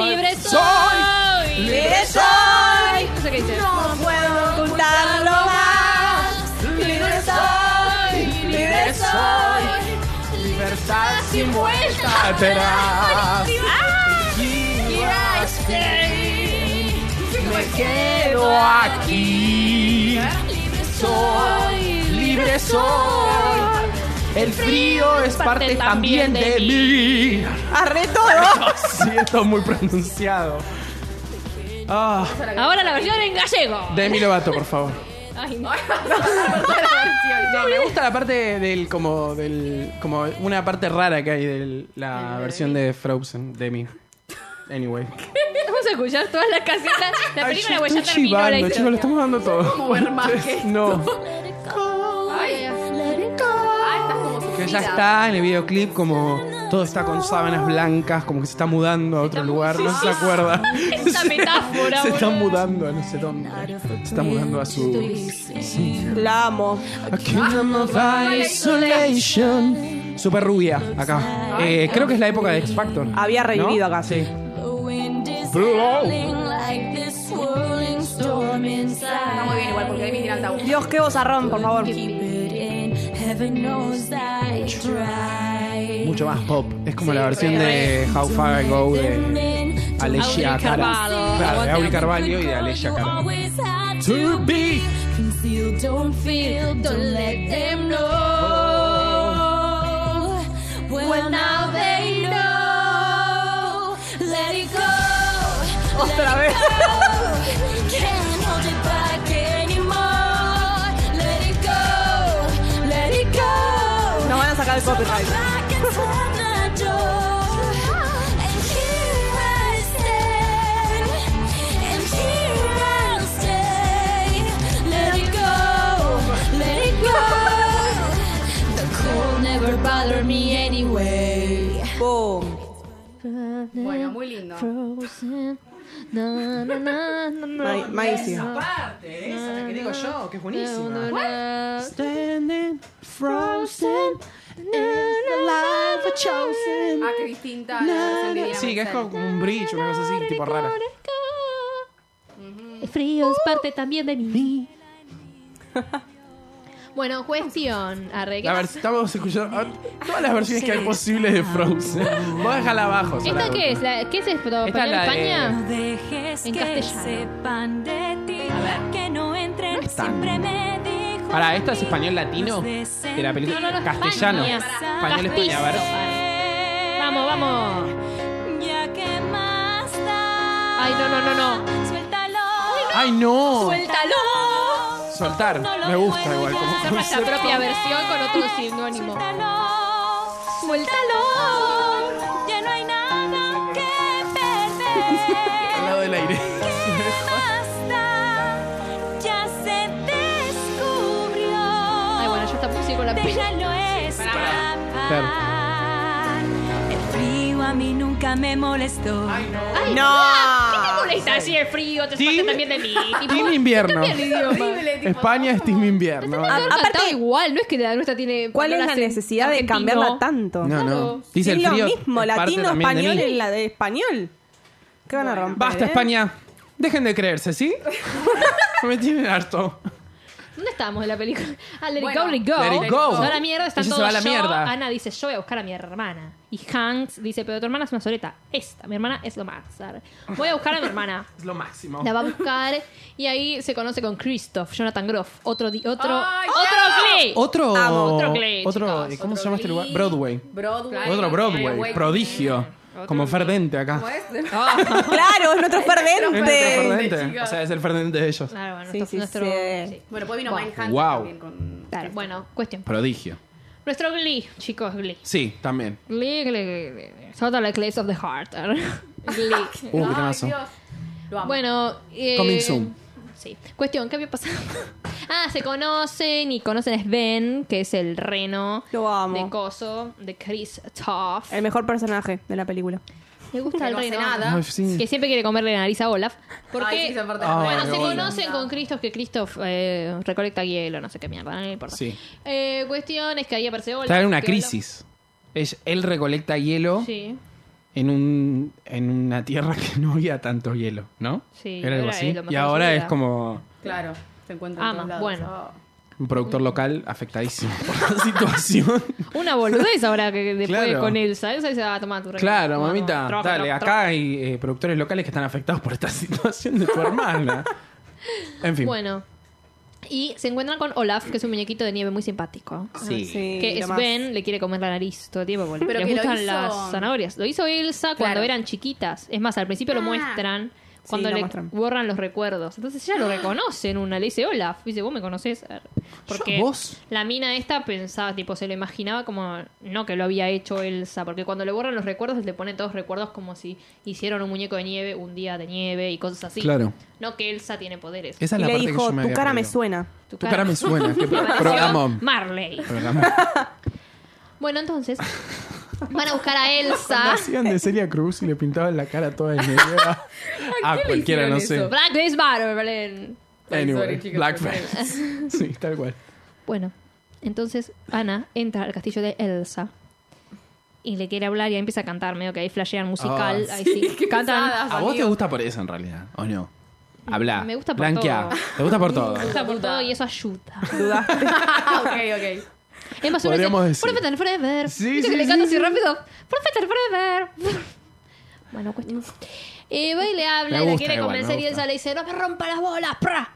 S4: ¡Libre soy!
S3: ¡Libre soy!
S4: No sé qué dice.
S3: No puedo ocultarlo más. Libre soy, libre soy.
S1: Libertad sin vuelta atrás.
S4: Ah.
S1: Me quedo aquí. Soy libre soy. El frío es parte también de mí.
S3: Arre todo.
S1: Sí, esto es muy pronunciado. Ah,
S4: Ahora la versión en gallego.
S1: Demi Lovato, por favor.
S4: Ay, no.
S1: No, me gusta la parte del como del como una parte rara que hay de la versión de Frozen Demi. Anyway.
S4: Vamos a escuchar todas las canciones. La
S1: Ay,
S4: película
S1: yo
S4: pues ya
S1: estoy
S4: terminó la
S1: chivando, chicos, lo
S4: historia.
S1: estamos dando todo. pues, no,
S2: Ah, estás como
S1: que ya
S2: sufrida.
S1: está en el videoclip como todo está con sábanas blancas, como que se está mudando a otro lugar, no se acuerda.
S4: Esa metáfora,
S1: Se está
S4: boludo.
S1: mudando a no sé dónde. Se está mudando a su
S3: La amo.
S1: A Kingdom of Isolation. Super rubia, acá. Eh, creo que es la época de X Factor.
S3: Había revivido
S1: ¿No?
S3: acá.
S1: Sí.
S2: Está muy bien igual porque Demi tiene altavoz.
S3: Dios, qué vozarrón, por favor.
S1: Mucho más pop. Es como la versión de eh, How Far I Go de Alessia
S4: Auri
S1: Cara.
S4: Carvalho.
S1: Claro, de Auri Carvalho y de Alessia Cara. To be.
S5: Well, now they know. Let it go.
S3: Otra vez.
S5: Can't hold it back anymore. Let it go. Let it go.
S3: Nos van a sacar el copyright.
S5: Back inside my door. And here I stand. And here I'll stay. Let it go. Let it go. The cold never bothered me anyway.
S3: Boom.
S2: Bueno, muy lindo.
S4: Frozen. Na, na, na, na, na.
S3: Ma- Maísimo.
S1: Parte, esa la que digo yo, que es buenísima.
S4: Na,
S1: Standing frozen in the life I've chosen.
S2: Ah, qué distinta. a la versión de Diana
S1: Sí, que es
S2: Marcel.
S1: como un bridge, una cosa así, tipo rara.
S4: El frío es parte también de mí. bueno, cuestión. Arre, ¿qué
S1: A ver,
S4: más?
S1: estamos escuchando ah, todas las versiones que hay posibles de Frozen. Vos déjala abajo.
S4: ¿Esto qué es? La- ¿Qué es esto? ¿Para
S1: Esta es la de-
S4: España?
S5: dejes
S4: En
S5: que
S4: castellano.
S5: sepan de ti que no entren
S1: es tan-
S5: siempre me dijo
S1: Para, ¿esta es español latino? De la película.
S4: No, no, no,
S1: Castellano.
S4: España.
S1: Español,
S4: Castizo.
S1: España, a ver.
S4: Vamos, vamos.
S5: ya que más da
S4: Ay, no, no, no, no.
S5: suéltalo
S1: ¡Ay, no!
S5: suéltalo
S1: Soltar. Me gusta igual. como
S4: Hacer nuestra
S1: concepto.
S4: propia versión con otro sinónimo.
S5: suéltalo suéltalo ya no hay nada que
S1: Al
S5: perder
S1: lado del aire.
S5: Basta, ya se descubrió.
S4: Ay, bueno, yo esta puse con la pena.
S5: Déjalo escapar. El frío a mí nunca me molestó.
S4: Ay,
S3: No.
S4: ¿Qué te molesta así el frío? Te es parte
S1: Team-
S4: también de mí. Tipo,
S1: Team invierno.
S4: cambia el idioma.
S1: España es Team invierno.
S4: Ah,
S1: vale.
S4: cantado
S3: aparte-
S4: igual, no es que la nuestra tiene.
S3: ¿Cuál es la
S4: acento
S3: necesidad de
S4: argentino.
S3: cambiarla tanto?
S1: No,
S4: Claro.
S1: no. Dice
S3: es
S1: el frío.
S3: lo mismo,
S1: es parte
S3: latino,
S1: también de
S3: español
S1: mí.
S3: en la de español. ¿Qué van a romper?
S1: Basta,
S3: eh?
S1: España. Dejen de creerse, ¿sí? Me tienen harto.
S4: ¿Dónde estábamos de la película? Ah, Let
S2: Bueno.
S4: It Go, Let It Go.
S1: Let It Go.
S4: Se va a la mierda, están
S1: Ella se
S4: todos
S1: va a la
S4: yo.
S1: mierda.
S4: Ana dice, yo voy a buscar a mi hermana. Y Hanks dice, pero tu hermana es una soleta. Esta, mi hermana es lo más. Arre. Voy a buscar a mi hermana.
S1: Es lo máximo.
S4: La va a buscar y ahí se conoce con Christoph, Jonathan Groff. Otro, di- otro,
S2: Ay,
S4: otro
S2: no.
S4: Clay.
S1: Otro.
S4: Amo, otro Clay,
S1: otro-
S4: chicos,
S1: ¿Cómo
S2: Otro
S1: se llama este lugar?
S2: Glee,
S1: Broadway.
S2: Broadway.
S1: Otro Broadway.
S2: Broadway.
S1: Prodigio. Como Ferdente acá.
S2: ¿Cómo es? Ah.
S4: Ah,
S3: Claro, es nuestro
S1: Es nuestro
S3: perdente.
S1: Ferdente.
S2: chicos.
S1: O sea, es el Ferdente de ellos.
S4: Claro, bueno,
S3: Sí,
S4: nuestro-
S3: sí,
S4: nuestro-
S3: sí.
S4: sí.
S2: Bueno, pues vino
S4: Bueno.
S2: Mindhunter
S1: Wow.
S2: también con...
S4: Bueno, cuestión.
S1: Prodigio.
S4: Nuestro Glee, chicos, Glee.
S1: Sí, también.
S4: Glee, Glee, Glee, Glee. Total Eclipse of the Heart. Glee.
S1: Uh, qué
S2: Ay,
S1: temazo.
S2: Dios. Lo amo.
S4: Bueno, eh,
S1: Coming soon.
S4: Sí. Cuestión, ¿qué había pasado? ah, se conocen y conocen a Sven, que es el reno
S3: Lo amo.
S4: de Coso, de Chris Toff.
S3: El mejor personaje de la película.
S4: Le gusta
S2: Que
S4: el
S2: no
S4: rey,
S2: hace
S4: ¿no?
S2: nada.
S1: Ay, sí.
S4: Que siempre quiere comerle la nariz a Olaf. Porque
S2: Ay, sí, esa parte
S1: Ah,
S2: es
S4: Bueno,
S1: Ay,
S4: se
S1: no.
S4: conocen con Christoph, que Christoph eh, recolecta hielo, no sé qué mierda, no le importa.
S1: Sí.
S4: Eh, cuestión es que ahí aparece Olaf.
S1: Está en una
S4: que Olaf-
S1: crisis. Es- él recolecta hielo
S4: Sí,
S1: en, un, en una tierra que no había tanto hielo, ¿no?
S4: Sí,
S1: Era algo
S4: ahora
S1: así.
S4: es lo mejor
S1: Y
S4: de su
S1: ahora
S4: vida.
S1: es como
S2: Claro, se encuentra en
S4: Ama,
S2: todos lados. Oh.
S4: Ah, bueno.
S1: un productor local afectadísimo por la situación.
S4: una boludez ahora que después
S1: Claro.
S4: con Elsa. Elsa dice, ah, toma tu regalo.
S1: Claro,
S4: Toma,
S1: mamita,
S4: toma, troca,
S1: dale,
S4: troca,
S1: acá
S4: troca.
S1: hay eh, productores locales que están afectados por esta situación de tu hermana. En fin.
S4: Bueno. Y se encuentran con Olaf, que es un muñequito de nieve muy simpático.
S1: sí.
S4: Que Sven le quiere comer la nariz todo el tiempo. porque
S2: Pero
S4: le
S2: que lo
S4: gustan
S2: hizo-
S4: las zanahorias. Lo hizo Elsa cuando
S2: Claro.
S4: eran chiquitas. Es más, al principio lo
S2: Ah.
S4: muestran cuando
S3: lo
S4: le
S3: muestran.
S4: borran los recuerdos. Entonces ya lo
S2: Ah.
S4: reconoce en una. Le dice, Olaf. Dice, vos me conocés. Porque
S1: Yo- ¿vos?
S4: la mina esta pensaba, tipo, se lo imaginaba como no que lo había hecho Elsa. Porque cuando le borran los recuerdos, le ponen todos recuerdos como si hicieron un muñeco de nieve, un día de nieve y cosas así.
S1: Claro.
S4: No que Elsa tiene poderes.
S1: Esa
S3: Y
S1: es la
S3: le
S1: parte que
S3: dijo,
S1: yo me
S3: tu
S1: había
S3: cara me
S1: perdido".
S3: suena.
S1: Tu cara, me suena. Qué pro-
S4: Apareció
S1: programón.
S4: Marley.
S1: Programón.
S4: Bueno, entonces van a buscar a Elsa.
S1: Hacían de Celia Cruz y le pintaban la cara toda de negra. a
S2: le
S1: cualquiera,
S2: hicieron
S1: no sé.
S2: eso?
S4: Black Lives Matter, Belén.
S1: Anyway,
S2: Sorry, chicos,
S1: blackface. sí, tal cual.
S4: Bueno, entonces Ana entra al castillo de Elsa y le quiere hablar y ahí empieza a cantar, medio que ahí flashean musical.
S1: Ah,
S4: ahí sí, cantan.
S2: pesadas.
S1: ¿A vos te gusta por eso en realidad? ¿O no? Habla.
S4: Me gusta por
S1: blanquea.
S4: todo.
S1: Te gusta por todo.
S4: Gusta por todo y eso ayuda.
S2: Ah, ok, ok.
S4: Es más, uno
S1: Podríamos
S4: dice,
S1: decir.
S4: Profetan Forever.
S1: Sí,
S4: Viste
S1: sí,
S4: que le
S1: sí,
S4: canta
S1: sí.
S4: así rápido. Profetan Forever. bueno, cuestión. Eh, va y le habla
S1: Me
S4: y la
S1: gusta
S4: quiere
S1: igual,
S4: convencer
S1: me
S4: y
S1: gusta.
S4: Elsa le dice, no me rompa las bolas, pra.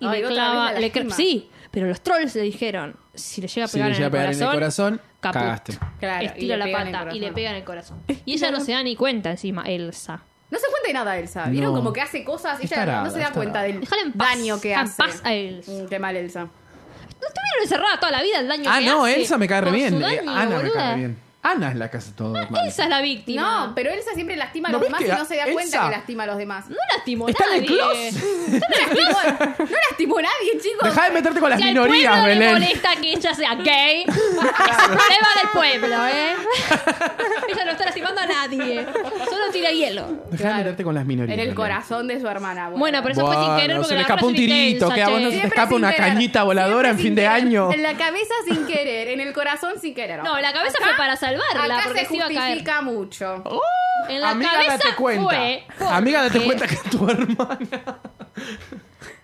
S4: Y
S2: Ay,
S4: le
S2: otra
S4: clava,
S2: vez la
S4: le cre-
S2: lastima.
S4: sí, pero los trolls le dijeron, si le llega a
S1: Si
S4: pegar,
S1: le
S4: en,
S1: llega a
S4: el
S1: pegar en el
S4: corazón,
S1: corazón,
S4: caput.
S1: cagaste. Eh,
S2: Claro,
S4: Estira
S2: y le
S4: la
S2: pega en el
S4: pata y le
S2: corazón.
S4: pega en el corazón. Y ella no se da ni cuenta encima, Elsa.
S2: No se cuenta de nada, Elsa. Vieron
S1: No.
S2: como que hace cosas y
S1: Es
S2: ella
S1: tarada,
S2: no se
S1: es
S2: da cuenta
S1: tarada.
S2: del
S4: Déjala en paz.
S2: daño que
S4: Deja en
S2: hace.
S4: paz a Elsa.
S2: Mm, qué mal, Elsa.
S4: No estuvieron encerrada toda la vida el daño
S1: Ah,
S4: que
S1: no,
S4: hace
S1: Elsa me cae re
S4: por
S1: bien.
S4: su daño,
S1: Eh, Ana me
S4: boluda.
S1: cae re bien. Ana es la que hace todo. mal.
S4: Elsa es la víctima.
S2: No, pero Elsa siempre lastima a
S1: ¿No
S2: los
S1: ves
S2: demás
S1: que
S2: y no se da
S1: Elsa-
S2: cuenta que lastima a los demás. No
S4: no lastimó
S1: Está en el
S4: nadie.
S1: closet.
S2: lastimó, no lastimó a nadie, chicos.
S1: Deja de meterte con las
S4: Si al
S1: minorías,
S4: pueblo le
S1: Belén.
S4: molesta que ella sea gay, es problema del pueblo, ¿eh? ella no está lastimando a nadie. Solo tira hielo.
S1: Deja de
S2: Claro.
S1: meterte con las minorías.
S2: En el
S1: Belén.
S2: corazón de su hermana.
S4: Bueno, pero eso fue sin
S1: Bueno,
S4: querer porque
S1: se le
S4: la
S1: escapó un
S4: verdad es
S1: tirito,
S4: intensa,
S1: que a vos no
S4: che.
S1: se te escapa
S2: sin
S1: una
S2: querer.
S1: cañita voladora en
S2: sin
S1: fin de
S2: querer.
S1: año.
S2: En la cabeza sin querer, en el corazón sin querer.
S4: No, la cabeza fue para salvarla,
S2: Acá
S4: porque
S2: se
S4: se iba a caer.
S2: justifica mucho.
S1: Oh,
S4: En la
S1: Amiga,
S4: cabeza
S1: date cuenta.
S4: fue. porque-
S1: Amiga, date cuenta que tu hermana.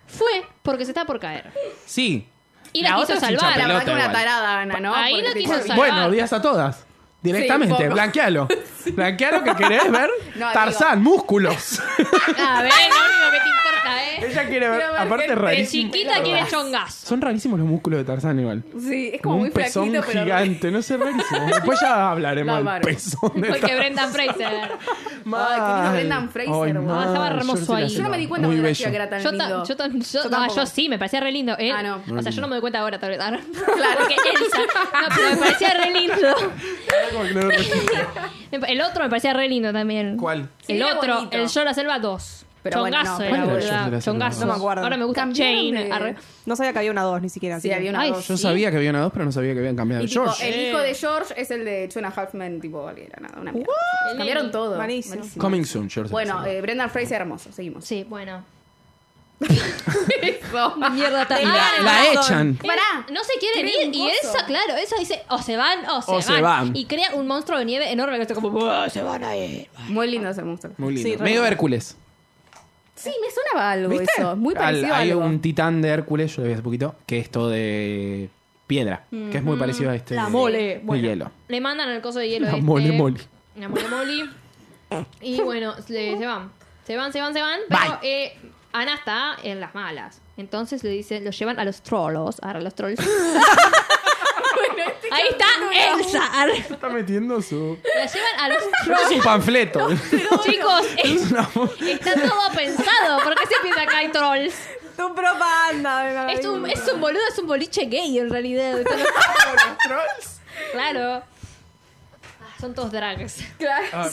S4: Fue porque se está por caer.
S1: Sí.
S4: Y la,
S1: otra
S4: quiso
S1: es hincha
S4: salvar.
S2: la verdad
S1: pelota
S2: que una
S1: igual.
S2: tarada, Ana, ¿no?
S4: Ahí
S2: Porque
S4: la
S2: te-
S4: quiso salvar.
S1: Bueno, días a todas.
S2: Sí, un
S1: Directamente,
S2: poco.
S1: blanquealo. Blanquealo que querés ver.
S2: No,
S1: Tarzán, músculos.
S4: A ver, lo único que te importa, ¿eh?
S1: Ella quiere ver.
S2: Quiero ver
S1: Aparte,
S2: gente
S4: De
S1: rarísimo.
S4: chiquita quiere chongas.
S1: Son rarísimos los músculos de Tarzán igual.
S2: Sí, es como
S1: Como
S2: muy
S1: un pezón
S2: flaquito, pero...
S1: gigante, no sé, rarísimo. Después ya hablaremos
S2: No,
S1: del
S2: Maru.
S1: pezón de
S4: Porque
S1: Tarzán.
S4: Brendan Fraser.
S2: Ay, qué lindo Brendan Fraser, boludo.
S1: mal,
S4: Estaba
S1: yo
S4: hermoso
S1: sí la
S4: ahí.
S1: sé,
S2: Yo no me di cuenta
S1: muy bello.
S2: cuando era chica que era tan
S4: Yo, ta-
S2: lindo.
S4: yo, ta- yo- no,
S2: tampoco.
S4: yo sí, me parecía re lindo. Él-
S2: Ah, no.
S4: O sea, yo no me doy cuenta ahora, tal vez. Claro,
S2: Claro.
S4: que Elsa. No, pero me parecía re lindo.
S1: Como que no lo registro.
S4: Me- El otro me parecía re lindo también.
S1: ¿Cuál?
S2: Sí,
S4: El
S2: era
S4: otro,
S2: bonito.
S4: el Yo de la Selva 2.
S2: Pero bueno,
S4: Chongazo,
S2: no,
S4: era,
S1: ¿cuál era el Yo
S4: boluda.
S1: de la Selva
S4: Chongazo.
S1: dos? No me
S3: acuerdo.
S4: Ahora me gusta
S2: Cambiaron
S4: Chain.
S2: de-
S4: arre.
S3: No sabía que había una dos, ni siquiera. así
S2: Sí,
S3: que-
S2: había una
S4: Ay,
S2: dos.
S1: Yo sabía que había una dos, pero no sabía que habían cambiado
S2: Y
S1: el
S2: tipo,
S1: George.
S2: el hijo de George es el de Two and a Half Men, tipo, era nada, una mierda. Cambiaron todo.
S3: Malísimo.
S1: Coming soon, George.
S2: Bueno, eh, Brendan Fraser hermoso, seguimos.
S4: Sí, bueno.
S2: Eso.
S4: Mierda tan
S1: la,
S4: larga.
S1: la echan.
S2: Pará.
S4: No se quieren
S2: Tienen
S4: ir.
S2: un
S4: Y
S2: coso.
S4: Elsa, claro, Elsa dice, o se van o se,
S1: O
S4: van.
S1: se van.
S4: Y crea un monstruo de nieve enorme que está como, "Buah, se van a ir.
S2: Muy lindo ese monstruo.
S1: Muy lindo.
S3: Sí, re
S1: Medio
S3: bueno.
S1: Hércules.
S2: Sí, me sonaba algo eso. Muy
S1: Al-
S2: parecido a
S1: hay
S2: algo.
S1: un titán de Hércules, yo lo vi hace poquito, que es todo de piedra, que
S2: Mm.
S1: es muy parecido a este.
S4: La mole.
S1: de
S4: Bueno,
S1: hielo.
S4: Le mandan el coso de hielo.
S1: La
S4: este.
S1: mole mole.
S4: La mole mole. Y bueno, le- se van. Se van, se van, se van. Pero eh, Ana está en las malas. Entonces le dicen, lo llevan a los trolos. Ahora los trolls. Ahí está Elsa. arre.
S1: Está metiendo su.
S4: La llevan a los
S1: Es un
S4: trolls.
S1: panfleto.
S4: Chicos, es-
S1: Es una-
S4: está todo pensado. ¿Por qué se piensa que hay trolls?
S3: Tu propaganda. me la
S4: Es un,
S3: vi.
S4: es un boludo, es un boliche gay en realidad. Claro. Ah, Son todos drags.
S1: Ah,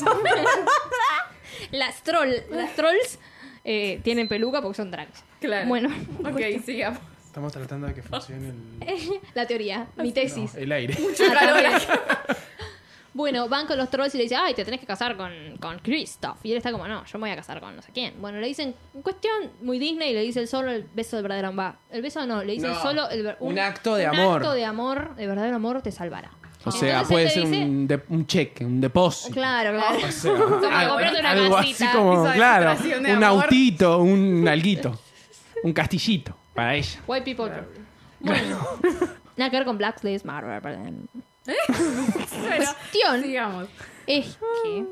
S4: Las, troll- las trolls eh, tienen peluca porque son drags.
S2: Claro.
S4: Bueno,
S2: Ok, sigamos.
S1: Estamos tratando de que funcione el,
S4: la teoría, mi tesis.
S1: el aire.
S2: Mucho calor.
S4: Ah, Bueno, van con los trolls y le dicen, ay, te tenés que casar con, con Kristoff. Y él está como, no, yo me voy a casar con no sé quién. Bueno, le dicen, cuestión muy Disney, le dicen solo el beso de verdadero amor. El beso no, le dicen
S1: No,
S4: solo el ver-
S1: un acto de amor.
S4: Un acto de amor, de verdadero amor, te salvará.
S1: O sea,
S4: Entonces
S1: puede
S4: él
S1: ser
S4: le dice,
S1: un, de- un cheque, un depósito.
S4: Claro, claro.
S1: O sea,
S4: Como
S1: algo,
S4: comprarte una
S1: algo así
S4: casita.
S1: como,
S2: esa
S1: claro,
S2: demostración de
S1: un
S2: amor.
S1: autito, un alguito, un castillito para ella.
S4: White people. Bueno, nada que ver con Black Lives Matter, perdón. Cuestión
S2: Digamos.
S4: es que...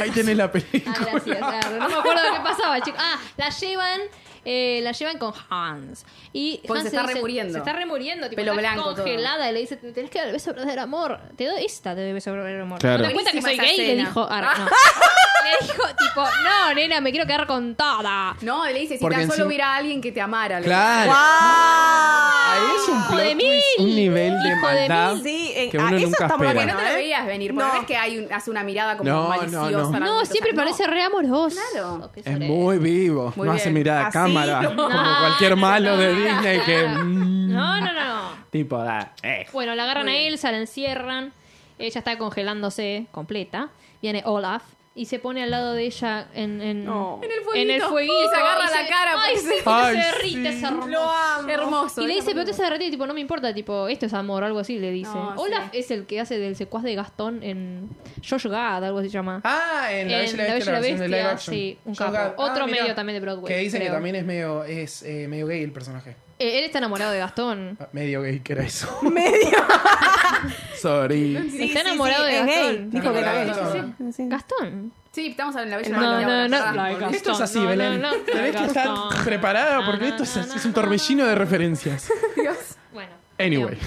S1: Ahí tenés la película.
S4: Ah, gracias. ah, no me acuerdo de qué pasaba, chicos. Ah, la llevan, eh, la llevan con Hans. Y
S2: Porque
S4: Hans
S2: Pues se
S4: le
S2: está
S4: dice-
S2: remuriendo.
S4: Se está remuriendo, tipo,
S2: Pelo
S4: estás
S2: blanco todo.
S4: congelada. Y le dice, te tenés que dar el beso de verdadero amor. Te doy esta de beso de verdadero amor.
S1: Claro.
S4: ¿No te das cuenta que soy
S2: Buenísima
S4: gay?
S2: esa
S4: Le
S2: escena.
S4: dijo, "Ara, no". le dijo, tipo, no, nena, me quiero quedar con toda.
S2: No, le dice, si
S1: Porque
S2: tan
S1: encima-
S2: solo hubiera alguien que te amara. le
S1: Claro. Ahí es un,
S4: ¡Hijo
S1: plot
S4: de
S1: twist,
S4: mil!
S1: un nivel de
S4: ¡Hijo de
S1: maldad
S4: mil!
S3: Sí, eh,
S1: que
S3: ah,
S1: uno
S3: eso
S1: nunca
S3: estamos
S2: dice.
S1: espera.
S2: Porque no te lo veías venir, porque
S3: No.
S2: no, es que hay un- hace una mirada como
S1: No, no,
S2: maliciosa.
S1: no.
S2: al
S4: No,
S2: momento,
S4: siempre
S2: o sea, no.
S4: parece re amorosa.
S2: Claro.
S4: Qué
S1: Es
S4: sorete.
S1: muy vivo,
S2: Muy
S1: no hace
S2: bien.
S1: mirada a
S3: Así,
S1: cámara,
S3: no.
S1: como cualquier
S4: no,
S1: malo
S4: no,
S1: de
S4: no,
S1: Disney
S4: no.
S1: que... mm,
S4: No, no, no. no.
S1: Tipo, da, eh.
S4: Bueno, la agarran a Elsa, la encierran. Ella está congelándose completa. Viene Olaf y se pone al lado de ella en, en,
S3: No.
S2: En el fueguito.
S4: en el fueguito.
S2: Y se agarra
S4: Y
S2: la cara,
S4: Ay,
S2: pues.
S4: sí, se
S1: Ay,
S4: derrite,
S1: sí.
S4: se rompe.
S3: Lo amo.
S2: Hermoso.
S4: Y le
S2: esa
S4: dice, pero te
S2: parte.
S4: se derrite, tipo, no me importa, tipo, esto es amor, algo así le dice.
S2: No, sí.
S4: Olaf es el que hace del secuaz de Gastón en Josh Gad, algo así se llama.
S1: Ah, en La Bella y la Bestia, la versión de live action.
S4: sí, un
S1: Yo
S4: capo.
S1: acá- Ah,
S4: Otro
S1: mirá,
S4: medio también de Broadway,
S1: Que dice que
S4: creo.
S1: también es medio, es, eh, medio gay el personaje.
S4: Eh, él está enamorado de Gastón.
S1: Ah, Medio gay, que era eso.
S3: Medio.
S1: Sorry.
S3: Sí, sí,
S4: enamorado
S3: sí,
S4: de
S3: es
S4: Gastón.
S3: gay. Dijo que
S1: Está
S3: era
S1: enamorado de
S3: gay. Sí, sí.
S4: Gastón.
S2: Sí, estamos en la bella
S4: No,
S2: María,
S4: no, no,
S2: ahora,
S4: no,
S2: por-
S4: no.
S1: Esto es así,
S4: No, no,
S1: Belén.
S4: no, no,
S1: Tenés que estar
S4: Gastón.
S1: preparada
S4: No,
S1: porque
S4: no,
S1: esto es,
S4: no,
S1: así,
S4: no,
S1: es un
S4: no, no.
S1: torbellino de referencias.
S4: Bueno.
S1: Anyway.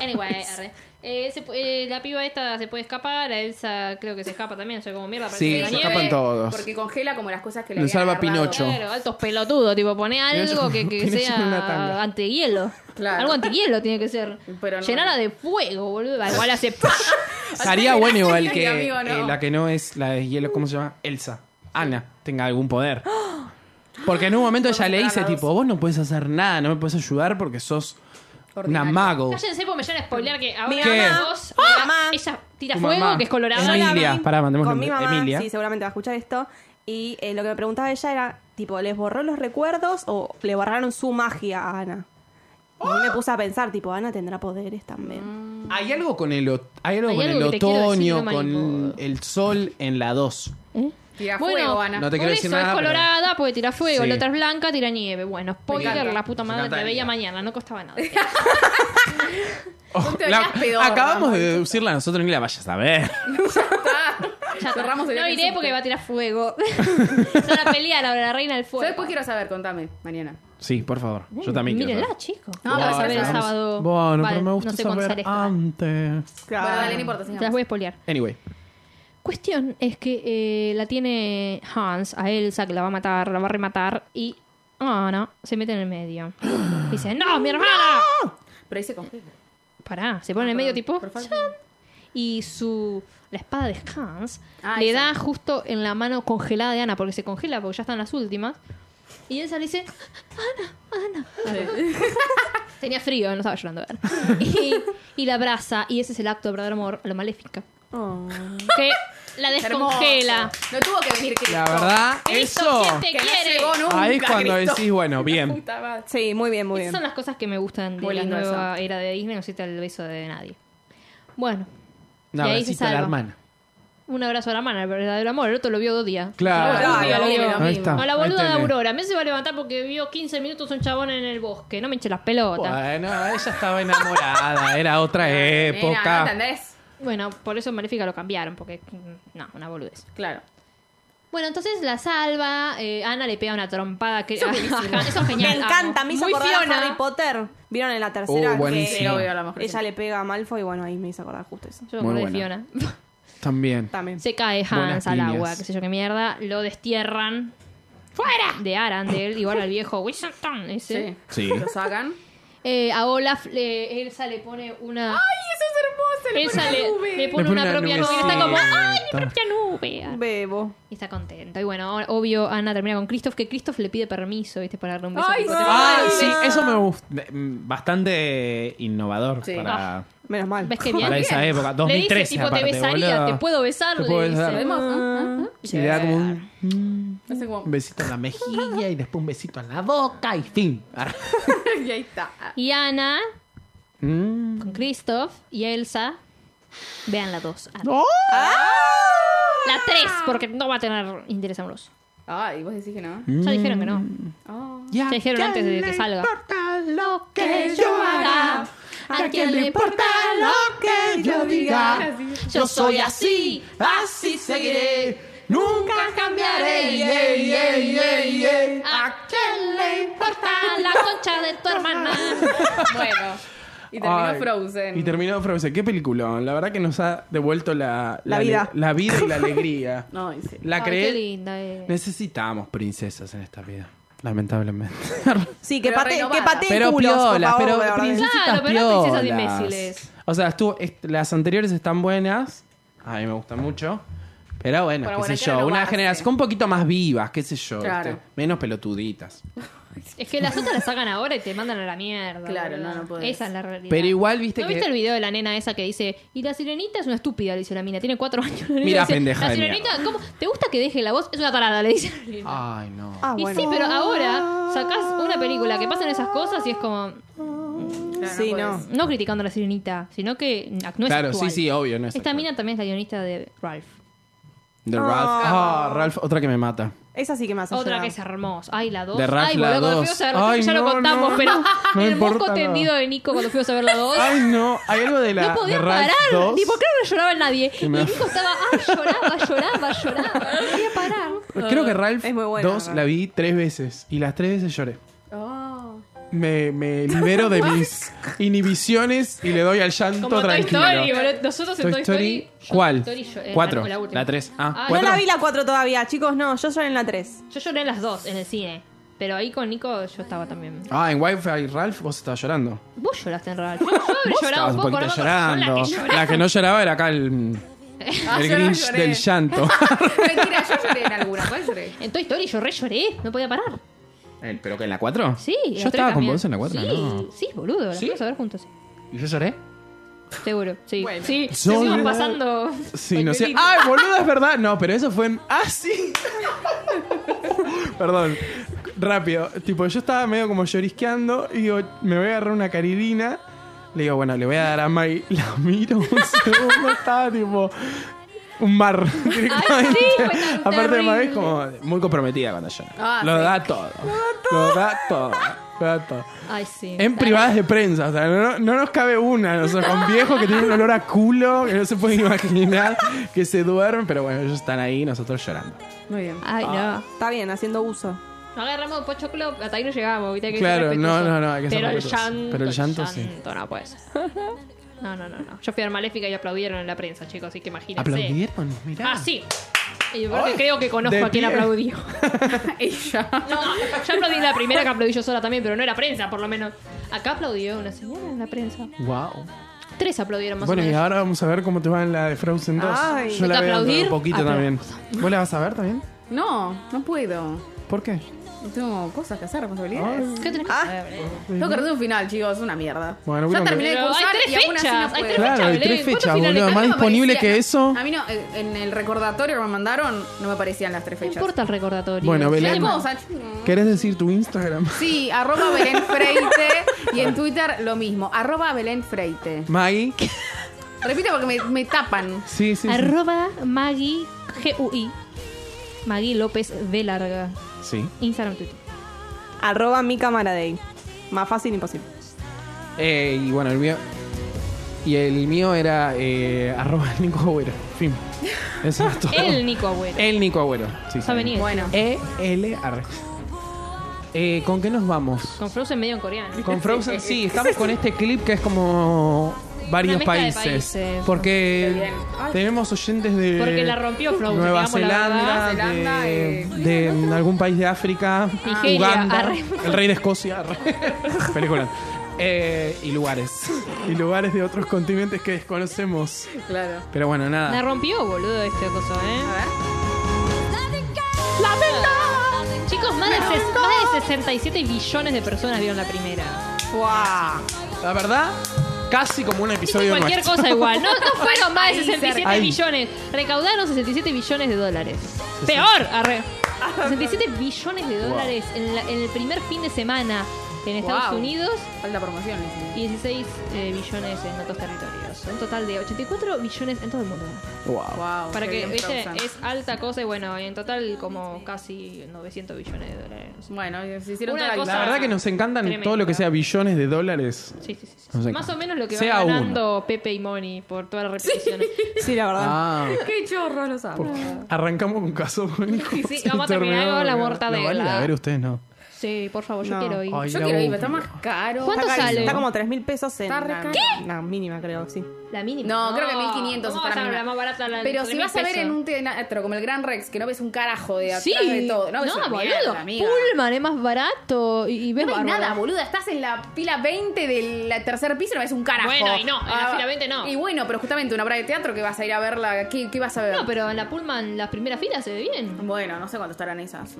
S4: Anyway, arre. Eh, se pu- eh, la piba esta se puede escapar, la Elsa creo que se escapa también, soy como mierda. parece
S1: Sí,
S4: que la
S1: se
S4: nieve.
S1: escapan todos.
S2: Porque congela como las cosas que le
S1: Lo
S2: habían
S1: salva
S2: agarrado.
S1: Pinocho.
S4: Claro, altos pelotudos, tipo, pone algo que, que
S1: Pinocho en una
S4: sea
S1: tanga.
S4: antihielo.
S2: Claro.
S4: Algo antihielo tiene que ser.
S2: Pero no.
S4: Llenala de fuego, boludo. Igual hace.
S1: Estaría bueno igual que
S2: Amigo, no.
S1: eh, la que no es la de hielo, ¿cómo se llama? Elsa. Ana tenga algún poder. Porque en un momento ella le dice, tipo, vos no puedes hacer nada, no me puedes ayudar porque sos una
S2: Ordinaria.
S1: mago.
S4: Cállense porque me llegan a spoilear que ahora
S1: ¿Qué?
S4: dos, ah, ella tira
S1: Tu
S4: fuego,
S1: mamá.
S4: que es colorada.
S1: Es
S4: la-
S1: Emilia, pará, mandemos
S3: Con mi
S1: nombre.
S3: mamá,
S1: Emilia.
S3: sí, seguramente va a escuchar esto. Y eh, lo que me preguntaba ella era, tipo, ¿les borró los recuerdos o le borraron su magia a Ana? Y a mí me puse a pensar, tipo, Ana tendrá poderes
S4: Mm.
S3: también.
S1: Hay algo con el, ot- hay algo
S4: Hay
S1: con
S4: algo
S1: el
S4: que te quiero decir,
S1: otoño,
S4: no me
S1: con
S4: acuerdo.
S1: el sol en la 2.
S2: Tira
S4: Bueno,
S2: fuego, Ana.
S1: No te
S4: por
S1: quiero
S4: eso
S1: decir
S4: es
S1: nada, pero-
S4: colorada, porque tira fuego,
S1: Sí.
S4: la otra es blanca, tira nieve. Bueno, spoiler,
S2: encanta.
S4: la puta
S1: Me
S4: madre,
S1: encanta
S4: te veía
S1: Emilia.
S4: mañana, no costaba nada.
S2: Son teorías pedorras,
S1: acabamos de
S2: Mauricio.
S1: deducirla nosotros, ni la vayas a ver.
S4: Ya está.
S2: Cerramos el
S4: no
S2: viaje
S4: iré
S2: en
S4: porque
S2: subte.
S4: va a tirar fuego. Se van a pelear ahora la reina del
S2: Yo
S4: fuego.
S2: después quiero saber, contame, Mariana.
S1: Sí, por favor. Yo también quiero.
S4: Mírenla,
S1: saber.
S4: chicos.
S2: No,
S4: la
S2: pero
S4: vas a ver el
S2: sabemos.
S4: sábado.
S1: Bueno,
S4: Vale,
S1: pero me gusta
S4: no sé cuándo sale
S1: saber
S4: esto.
S1: antes.
S2: Bueno, dale, no importa,
S4: Te las
S2: sigamos.
S4: voy a spoilear.
S1: Anyway.
S4: Cuestión es que eh, la tiene Hans a Elsa, que la va a matar, la va a rematar, y Ana se mete en el medio. Dice, ¡No, mi hermana!
S2: Pero ahí se congela.
S4: Pará, se
S2: Ah,
S4: pone en el medio tipo... "Chan". Y su... La espada de Hans
S2: Ah,
S4: le
S2: esa.
S4: da justo en la mano congelada de Ana, porque se congela, porque ya están las últimas. Y Elsa le dice, Tenía frío, no estaba llorando. ¿verdad? Y, y la abraza, y ese es el acto de verdadero amor, lo maléfica.
S3: Oh.
S4: Que la descongela.
S2: Hermoso. No tuvo que venir Cristo.
S1: La verdad,
S4: Cristo,
S1: eso.
S4: ¿quién te
S2: Que no
S4: quiere?
S2: llegó nunca,
S1: Ahí es cuando
S2: Cristo.
S1: decís, bueno, bien.
S2: Puta madre.
S3: Oh. Sí, muy bien, muy bien.
S4: Esas son las cosas que me gustan de
S2: Muy
S4: la
S2: lindo
S4: nueva era de Disney, no sé el beso de nadie. Bueno,
S1: Un
S4: y ahí se
S1: abracito a la
S4: salva.
S1: hermana.
S4: Un abrazo a la hermana, el verdadero amor. El otro lo vio dos días.
S1: Claro.
S4: La boluda
S2: Claro,
S4: lo
S2: obvio,
S4: vio.
S2: lo
S1: Ahí
S2: mismo.
S1: está.
S4: No, la boluda
S1: Ahí
S4: de
S1: tenés.
S4: Aurora. Me se va a levantar porque vio 15 minutos un chabón en el bosque. No me hinche las pelotas.
S1: Bueno, ella estaba enamorada, era otra
S2: Nena, ¿no
S1: época.
S2: entendés?
S4: Bueno, por eso en Maléfica lo cambiaron, porque. mm, No, una boludez.
S2: Claro.
S4: Bueno, entonces la salva. eh, Ana le pega una trompada. Que,
S2: Eso es buenísimo.
S4: Eso es
S3: Me
S4: genial. amo.
S3: encanta, me hizo
S4: Muy
S3: acordar
S4: Fiona.
S3: a Harry Potter. ¿Vieron en la tercera?
S1: Oh, buenísimo.
S3: que
S2: Sí, obvio, la mujer.
S3: ella le pega a Malfoy y bueno, ahí me hizo acordar justo eso.
S4: Yo
S1: Muy
S4: me acordé de
S1: buena.
S4: Fiona.
S1: También.
S3: También.
S4: Se cae Hans
S1: Buenas
S4: al
S1: líneas.
S4: agua, qué sé yo qué mierda. Lo destierran. ¡Fuera! De Arandel, igual al viejo Wizardton ese.
S1: Sí.
S2: Sí. Lo sacan.
S4: Eh, a Olaf, le- Elsa le pone una.
S2: ¡Ay, eso es hermoso! Le
S4: Elsa
S2: pone
S4: le,
S2: una nube.
S4: le pone una, propia nube.
S1: nubecita.
S4: Está como, ¡ay,
S1: Está-
S4: mi propia nube!
S3: Bebo.
S4: Y está contenta. Y bueno, ahora, obvio, Ana termina con Christoph, que Christoph le pide permiso, ¿viste? Para darle un beso.
S2: Ay,
S4: tipo,
S2: sí.
S1: Ah,
S2: Ay,
S1: sí,
S2: no.
S1: eso me gusta. Bastante innovador
S2: Sí.
S4: Ah.
S1: para.
S3: Menos mal.
S4: ¿Ves que bien?
S6: Para esa
S4: Bien.
S6: época,
S4: Le dice,
S6: 2013
S4: tipo,
S6: aparte,
S4: te besaría,
S6: boluda.
S4: te puedo besar,
S1: Te
S4: le
S1: puedo
S4: dice.
S1: besar.
S2: ¿Podemos? Ah, ah,
S1: Y le da como un,
S2: ah. Hace como-
S1: un besito en la mejilla y después un besito en la boca y fin. Arre.
S2: y ahí está.
S4: Y Ana,
S1: Mm.
S4: con Christoph y Elsa. Vean la dos. Ah,
S1: ¡Oh!
S4: La tres, porque no va a tener interés amoroso.
S2: Ay, vos decís que no.
S4: Ya dijeron que no.
S2: Oh.
S1: Ya
S4: Te dijeron antes de Mm. que salga.
S1: No importa lo que
S4: yo haga, a quien le importa
S1: lo que yo diga.
S4: Yo soy así,
S1: así seguiré. Nunca cambiaré. Ey, ey, ey, ey.
S4: ¿A
S1: quién le importa?
S4: A la concha de tu hermana.
S2: Bueno. Y terminó Frozen.
S1: Y terminó Frozen. Qué peliculón. La verdad que nos ha devuelto la,
S3: La
S1: ale-
S3: vida.
S1: La vida y la alegría.
S2: No, en serio.
S1: La
S4: Ay, qué
S1: creé.
S4: linda. eh.
S1: Necesitamos princesas en esta vida. Lamentablemente.
S3: Sí, que
S2: Pero
S3: pate,
S2: renovada.
S3: que pateen
S1: pero
S3: culos, por
S1: piolas,
S3: favor,
S1: pero
S3: la verdad.
S1: princesitas
S4: Claro, pero no princesas
S1: piolas.
S4: imbéciles.
S1: O sea, estuvo- est- las anteriores están buenas. A mí me gustan mucho. Pero bueno,
S2: Pero
S1: qué
S2: bueno, hay
S1: sé
S2: que
S1: yo. Una
S2: renovarse.
S1: generación un poquito más vivas, qué sé yo.
S2: Claro.
S1: este, menos pelotuditas.
S4: Es que las otras las sacan ahora y te mandan a la mierda.
S2: Claro,
S4: boludo.
S2: no, no podés.
S4: Esa es la realidad.
S1: Pero igual, viste
S4: ¿No
S1: que-
S4: viste el video de la nena esa que dice, y la sirenita es una estúpida? Le dice la mina, tiene cuatro años. La nena
S1: Mira,
S4: dice,
S1: pendeja
S4: La
S1: de
S4: sirenita, ¿cómo? ¿Te gusta que deje la voz? Es una tarada, le dice la nena.
S1: Ay, no.
S3: Ah,
S4: y
S3: bueno.
S4: sí, pero ahora sacás una película que pasan esas cosas y es como,
S2: Claro,
S3: Sí,
S2: podés.
S3: no.
S4: no criticando a la sirenita, sino que ac- no es
S1: claro,
S4: actual.
S1: sí, sí, obvio. No es
S4: Esta
S1: actual.
S4: mina también es la guionista de Ralph.
S1: De Ralph. Ah, Ralph, otra que me mata.
S3: Esa sí que me hace
S4: Otra
S3: llorar.
S4: que es hermosa. Ay, la 2.
S1: De Ralph,
S4: Ay,
S1: la
S4: boludo, cuando
S1: dos.
S4: fuimos a ver la
S1: Ay,
S4: ya lo
S1: no,
S4: contamos,
S1: no,
S4: pero
S1: no
S4: el
S1: importa,
S4: mosco
S1: no.
S4: tendido de Nico cuando fuimos a ver la 2.
S1: Ay, no. Hay algo de la.
S4: no podía
S1: de Ralph
S4: parar.
S1: 2.
S4: Ni por qué no lloraba nadie. Y
S1: me-
S4: Nico estaba, ah, lloraba, lloraba, lloraba. No podía parar.
S1: Pues Creo
S4: Ah,
S1: que Ralph
S3: Es muy buena,
S1: 2
S3: Ralph.
S1: la vi tres veces. Y las tres veces lloré.
S2: Oh.
S1: Me, me libero de mis inhibiciones y le doy al llanto
S4: Como Toy
S1: tranquilo.
S4: Story, boludo. Nosotros en
S1: Toy
S4: Toy
S1: Story,
S4: Story.
S1: ¿cuál?
S4: Toy Story, yo-
S1: Cuatro.
S4: eh, última.
S1: La tres. Ah,
S4: Ay,
S3: No
S1: ¿cuatro?
S3: la vi la 4 todavía, chicos, no. Yo soy en la 3.
S4: Yo lloré en las dos en el cine. Pero ahí con Nico yo estaba también.
S1: Ah, en Wi-Fi Ralph vos estabas llorando.
S4: Vos lloraste en Ralph. Yo habré llorado
S1: Estabas un
S4: un poco.
S1: poquito
S4: no me acuerdo. Yo
S1: llorando.
S4: la que lloré.
S1: La que no lloraba era acá el,
S2: Ah,
S1: el
S2: yo no
S1: Grinch
S2: lloré.
S1: del llanto.
S2: Mentira, yo lloré en alguna. ¿Cuál lloré?
S4: En Toy Story yo re lloré. No podía parar.
S1: Eh, ¿Pero que en la 4?
S4: Sí. las
S1: Yo
S4: tres
S1: estaba con
S4: también.
S1: vos en la 4,
S4: sí,
S1: ¿no?
S4: Sí, boludo. Las
S1: ¿Sí?
S4: fuimos a ver juntos. sí.
S1: ¿Y yo lloré?
S4: Seguro. Sí.
S2: Bueno.
S4: Sí.
S1: Soledad.
S4: Seguimos pasando.
S1: Sí, no sé. ¡Ay, boludo, es verdad! No, pero eso fue en. ¡Ah, sí! Perdón. Rápido. Tipo, yo estaba medio como llorisqueando y digo, me voy a agarrar una carilina. Le digo, bueno, le voy a dar a Mai. La miro un segundo, estaba tipo. Un mar. directamente.
S4: fue tan
S1: Aparte, Mai es
S4: terrible.
S1: como muy comprometida cuando llora.
S2: Ah,
S1: Lo
S2: sí.
S1: da todo. Lo da todo. Lo da todo.
S4: Ay, sí.
S1: En privadas de prensa, o sea, no, no nos cabe una, o sea, con viejos que tienen un olor a culo, que no se pueden imaginar, que se duermen, pero bueno, ellos están ahí, nosotros llorando.
S2: Muy bien.
S4: Ay,
S1: Ah.
S4: no.
S3: Está bien, haciendo uso.
S4: No agarramos pues, Pocho Club, hasta ahí no llegamos, ¿viste? Hay Que
S1: Claro,
S4: ser
S1: no,
S4: respetuoso.
S1: no, no, hay que ser
S4: Pero el
S1: respetuosos.
S4: llanto,
S1: Pero el llanto, sí.
S4: no puede ser. No, no, no, no. Yo fui a ver Maléfica y aplaudieron en la prensa, chicos, así que imagínense.
S1: ¿Aplaudieron? Mirá.
S4: Ah, sí. Y yo creo que, creo que conozco
S1: de
S4: a quien
S1: pie.
S4: aplaudió.
S2: Ella.
S4: No, yo aplaudí la primera que aplaudí yo sola también, pero no era prensa, por lo menos. Acá aplaudió una señora en la prensa.
S1: Wow.
S4: Tres aplaudieron más
S1: Bueno,
S4: o
S1: y
S4: menos.
S1: ahora vamos a ver cómo te va en la de Frozen 2.
S3: Ay.
S1: Yo la veo
S4: Toca
S1: dentro de
S4: aplaudir,
S1: poquito también. ¿Vos la vas a ver también?
S2: No, no puedo.
S1: ¿Por qué?
S2: Tengo cosas que hacer, responsabilidades.
S4: ¿Qué tenés que
S3: Ah.
S4: saber?
S2: Tengo que hacer un final, chicos, es una mierda.
S1: Bueno,
S2: ya
S1: creo que-
S2: terminé de
S4: Pero hay
S2: cursar
S4: tres
S2: y aún así no
S4: fechas, hay
S2: puedo.
S4: tres
S1: Claro, hay
S4: Belén,
S1: tres
S4: ¿cuántos
S1: fechas,
S4: finales?
S1: boludo.
S4: A mí
S1: Más
S2: me
S1: disponible
S2: parecía-
S1: que eso.
S2: A mí no, eh, en el recordatorio que me mandaron no me parecían las tres
S4: No
S2: fechas.
S4: importa el recordatorio.
S1: Bueno, Belén.
S2: Las cosas,
S1: ¿Querés decir tu Instagram?
S2: Sí, arroba Belén Freite y en Twitter lo mismo, arroba Belén Freite.
S1: Maggie.
S2: Repito porque me, me tapan.
S1: Sí, sí. Sí.
S4: Arroba Maggie, G-U-I. Maggie López de Larga.
S1: sí.
S4: Instagram, Twitter.
S3: Arroba mi cámara day. Más fácil imposible.
S1: Eh, y bueno, el mío. Y el mío era eh, arroba Nico Agüero. Fin. Eso es todo.
S4: El Nico Agüero.
S1: El Nico Agüero. Sí,
S4: Ya venía.
S2: Bueno,
S1: E L R. Eh, ¿Con qué nos vamos?
S4: Con Frozen medio en coreano.
S1: Con Frozen, sí, estamos con este clip que es como varios
S4: Una mezcla de
S1: países,
S4: países.
S1: Porque
S2: Qué bien. Ay.
S1: tenemos oyentes de
S4: Porque la rompió Frozen.
S1: Eh, Nueva
S4: digamos la
S1: Zelanda,
S4: verdad.
S2: verdad. Nueva Zelanda,
S1: de,
S2: eh.
S1: de algún país de África,
S4: Nigeria,
S1: Uganda,
S4: arre.
S1: el rey de Escocia, arre. película. Eh, y lugares. Y lugares de otros continentes que desconocemos.
S2: claro.
S1: Pero bueno,
S4: La
S1: nada.
S4: rompió, boludo, este coso,
S2: A
S4: ¿eh?
S2: ver.
S4: Chicos, más de, ses- más de 67 billones de personas vieron la primera.
S3: ¡Wow!
S1: La verdad, Casi como un
S4: Hizo
S1: episodio
S4: cualquier
S1: nuestro.
S4: cosa igual. No, no fueron más de
S2: Ahí,
S4: 67
S1: cerca. Ahí.
S4: millones. Recaudaron 67 billones de dólares. Peor, arre.
S2: Ah,
S4: 67 billones de dólares en, la- en el primer fin de semana en Estados
S2: Wow.
S4: Unidos
S2: Falta promoción. ese.
S4: y 16 eh, billones en otros territorios. Un total de 84 billones en todo el mundo.
S1: Wow.
S2: Wow.
S4: Para
S2: qué
S4: que,
S2: bien
S4: viste,
S2: Frozen.
S4: es alta cosa y bueno, en total como casi 900 billones de dólares.
S2: Bueno, se hicieron
S4: Una
S2: toda
S4: cosa-
S1: La verdad que nos encantan
S4: Tremendo.
S1: todo lo que sea billones de dólares.
S4: Sí, sí, sí. sí.
S1: No sé.
S4: Más o menos lo que
S1: Sea
S4: va
S1: uno.
S4: ganando Pepe y Moni por toda la repetición.
S3: Sí, la verdad.
S1: Ah.
S2: Qué chorro lo sabe.
S1: Arrancamos con caso único.
S4: Sí, sí, vamos a terminar con la mortadela.
S1: Lo van a ir a ver ustedes, no.
S4: Sí, por favor, yo
S3: No.
S4: quiero ir.
S1: Ay,
S2: Yo
S1: la
S2: quiero ir,
S1: bu-
S2: pero está más caro.
S4: ¿Cuánto
S2: Está carísimo.
S4: sale?
S3: Está como 3 mil pesos en
S2: Está re
S3: la,
S2: caro.
S3: la mínima, creo, sí.
S4: La mínima.
S2: No, creo que 1500
S4: ¿Cómo
S2: está
S4: vas a
S2: la
S4: ver
S2: mínima?
S4: más barata la
S2: Pero si
S4: 3.000
S2: vas a ver
S4: pesos?
S2: en un teatro como el Gran Rex, que no ves un carajo de atrás
S4: Sí.
S2: de todo. No, ves una
S4: boludo.
S2: mierda, amiga.
S4: Pullman es más barato y, y ves
S2: No ves
S4: bárbaro.
S2: nada, boluda. Estás en la fila 20 del la- tercer piso y no ves un carajo. Ah,
S4: Bueno, y no, en la fila 20 no.
S2: Y bueno, pero justamente una obra de teatro que vas a ir a verla, ¿qué, qué vas a ver?
S4: No, pero en la Pullman las primeras filas se ve bien.
S2: Bueno, no sé cuánto estarán esas.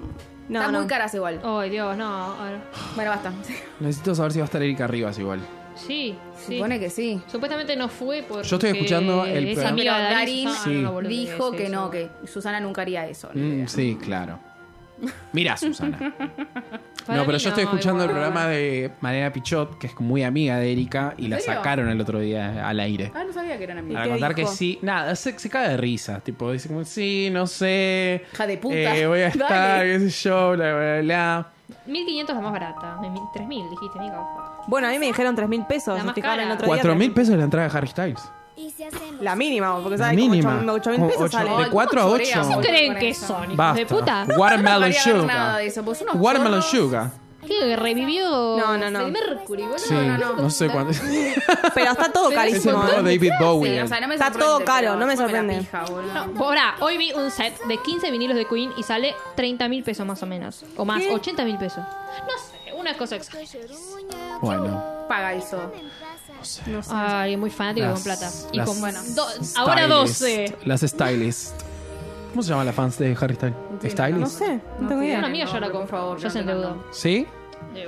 S3: No,
S2: Están
S3: no. Oh.
S2: muy caras igual.
S4: Ay, Dios, no. ahora-
S2: Bueno, basta.
S1: Necesito saber si va a estar Erika Rivas igual.
S4: Sí, sí.
S2: Supone que sí.
S4: Supuestamente no fue por.
S1: Yo estoy escuchando el
S4: Es
S1: programa.
S4: amiga de
S2: Pero
S4: Darín.
S2: Darín
S4: Ah,
S1: Sí.
S4: no, boludo,
S2: Dijo
S4: sí,
S2: que
S4: sí.
S2: no, que Susana nunca haría eso. ni
S1: Mm,
S2: idea.
S1: sí, claro. Mira, Susana.
S4: Para
S1: No, pero
S4: mí
S1: yo estoy
S4: no,
S1: escuchando el
S4: igual.
S1: programa de Mariana Pichot, que es muy amiga de Erika, y la
S2: serio?
S1: sacaron el otro día al aire.
S2: Ah, no sabía que eran amigas.
S1: Para
S3: qué
S1: contar
S3: dijo?
S1: que sí, nada, se, se cae de risa, tipo, dice como, sí, no sé.
S2: Hija de puta.
S1: eh, voy a estar,
S2: Dale.
S1: qué sé yo, bla, bla, bla.
S4: 1500 la más barata. de mil- 3000, dijiste, amigo.
S3: Bueno, a mí me dijeron 3 mil pesos.
S4: La
S3: me
S4: más
S3: fijaron el
S4: cara.
S3: otro día.
S1: Cuatro mil pesos la entrada de Harry Styles.
S3: La mínima, porque
S1: La
S3: sabes como
S1: mínima.
S3: 8 mil
S1: Como
S3: pesos
S1: ocho-
S3: sale.
S1: de cuatro a
S2: ¿cómo
S1: ocho.
S2: choreas,
S1: ¿Qué
S2: boludo,
S4: ¿Creen
S2: con
S4: que
S2: eso?
S4: son hijos
S1: Basta.
S4: de puta?
S2: No
S1: Watermelon
S2: quería ver nada
S1: Sugar.
S2: de eso, pues unos
S1: Watermelon
S2: chorros.
S1: Sugar.
S4: Que revivió.
S3: No, no, no.
S4: Freddie Mercury, boludo.
S1: Sí,
S2: no, no.
S1: no sé cuánto.
S3: Pero está todo
S1: Es un
S3: carísimo.
S1: poco
S3: ¿eh?
S1: David Bowie.
S2: Sí, o sea, no me
S3: Está
S2: sorprende,
S3: todo caro,
S2: pero
S3: no
S2: ponme
S3: me
S2: la
S3: sorprende.
S2: pija, boludo.
S4: Ahora, hoy vi un set de 15 vinilos de Queen y sale 30 mil pesos más o menos. O más, 80 mil pesos. No sé, una cosa extra.
S1: Bueno,
S2: Paga eso.
S4: Ay, muy fanático
S1: Las-
S4: con plata. Y
S1: las
S4: con, bueno, do-
S1: stylist-
S4: ahora 12.
S1: Las stylist. ¿Cómo se llaman las fans de Harry Styles?
S3: No
S1: ¿Stylist?
S3: sé, no tengo
S4: Una
S3: idea.
S4: amiga llora con favor, ya se endeudó.
S1: ¿Sí?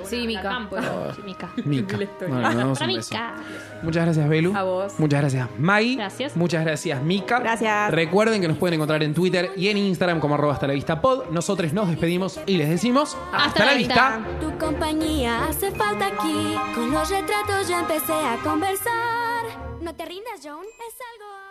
S2: Sí, Mica.
S4: Sí, Mica.
S1: Mica. Bueno, le damos
S4: Para
S1: un beso.
S4: Mica.
S1: Muchas gracias, Belu.
S2: A vos.
S1: Muchas gracias, Mai.
S4: Gracias.
S1: Muchas gracias, Mika.
S3: Gracias.
S1: Recuerden que nos pueden encontrar en Twitter y en Instagram como arroba hasta la vista pod. Nosotros nos despedimos y les decimos
S4: Hasta la vista.
S5: Tu compañía hace falta aquí. Con los retratos ya empecé a conversar. No te rindas, Joan, es algo.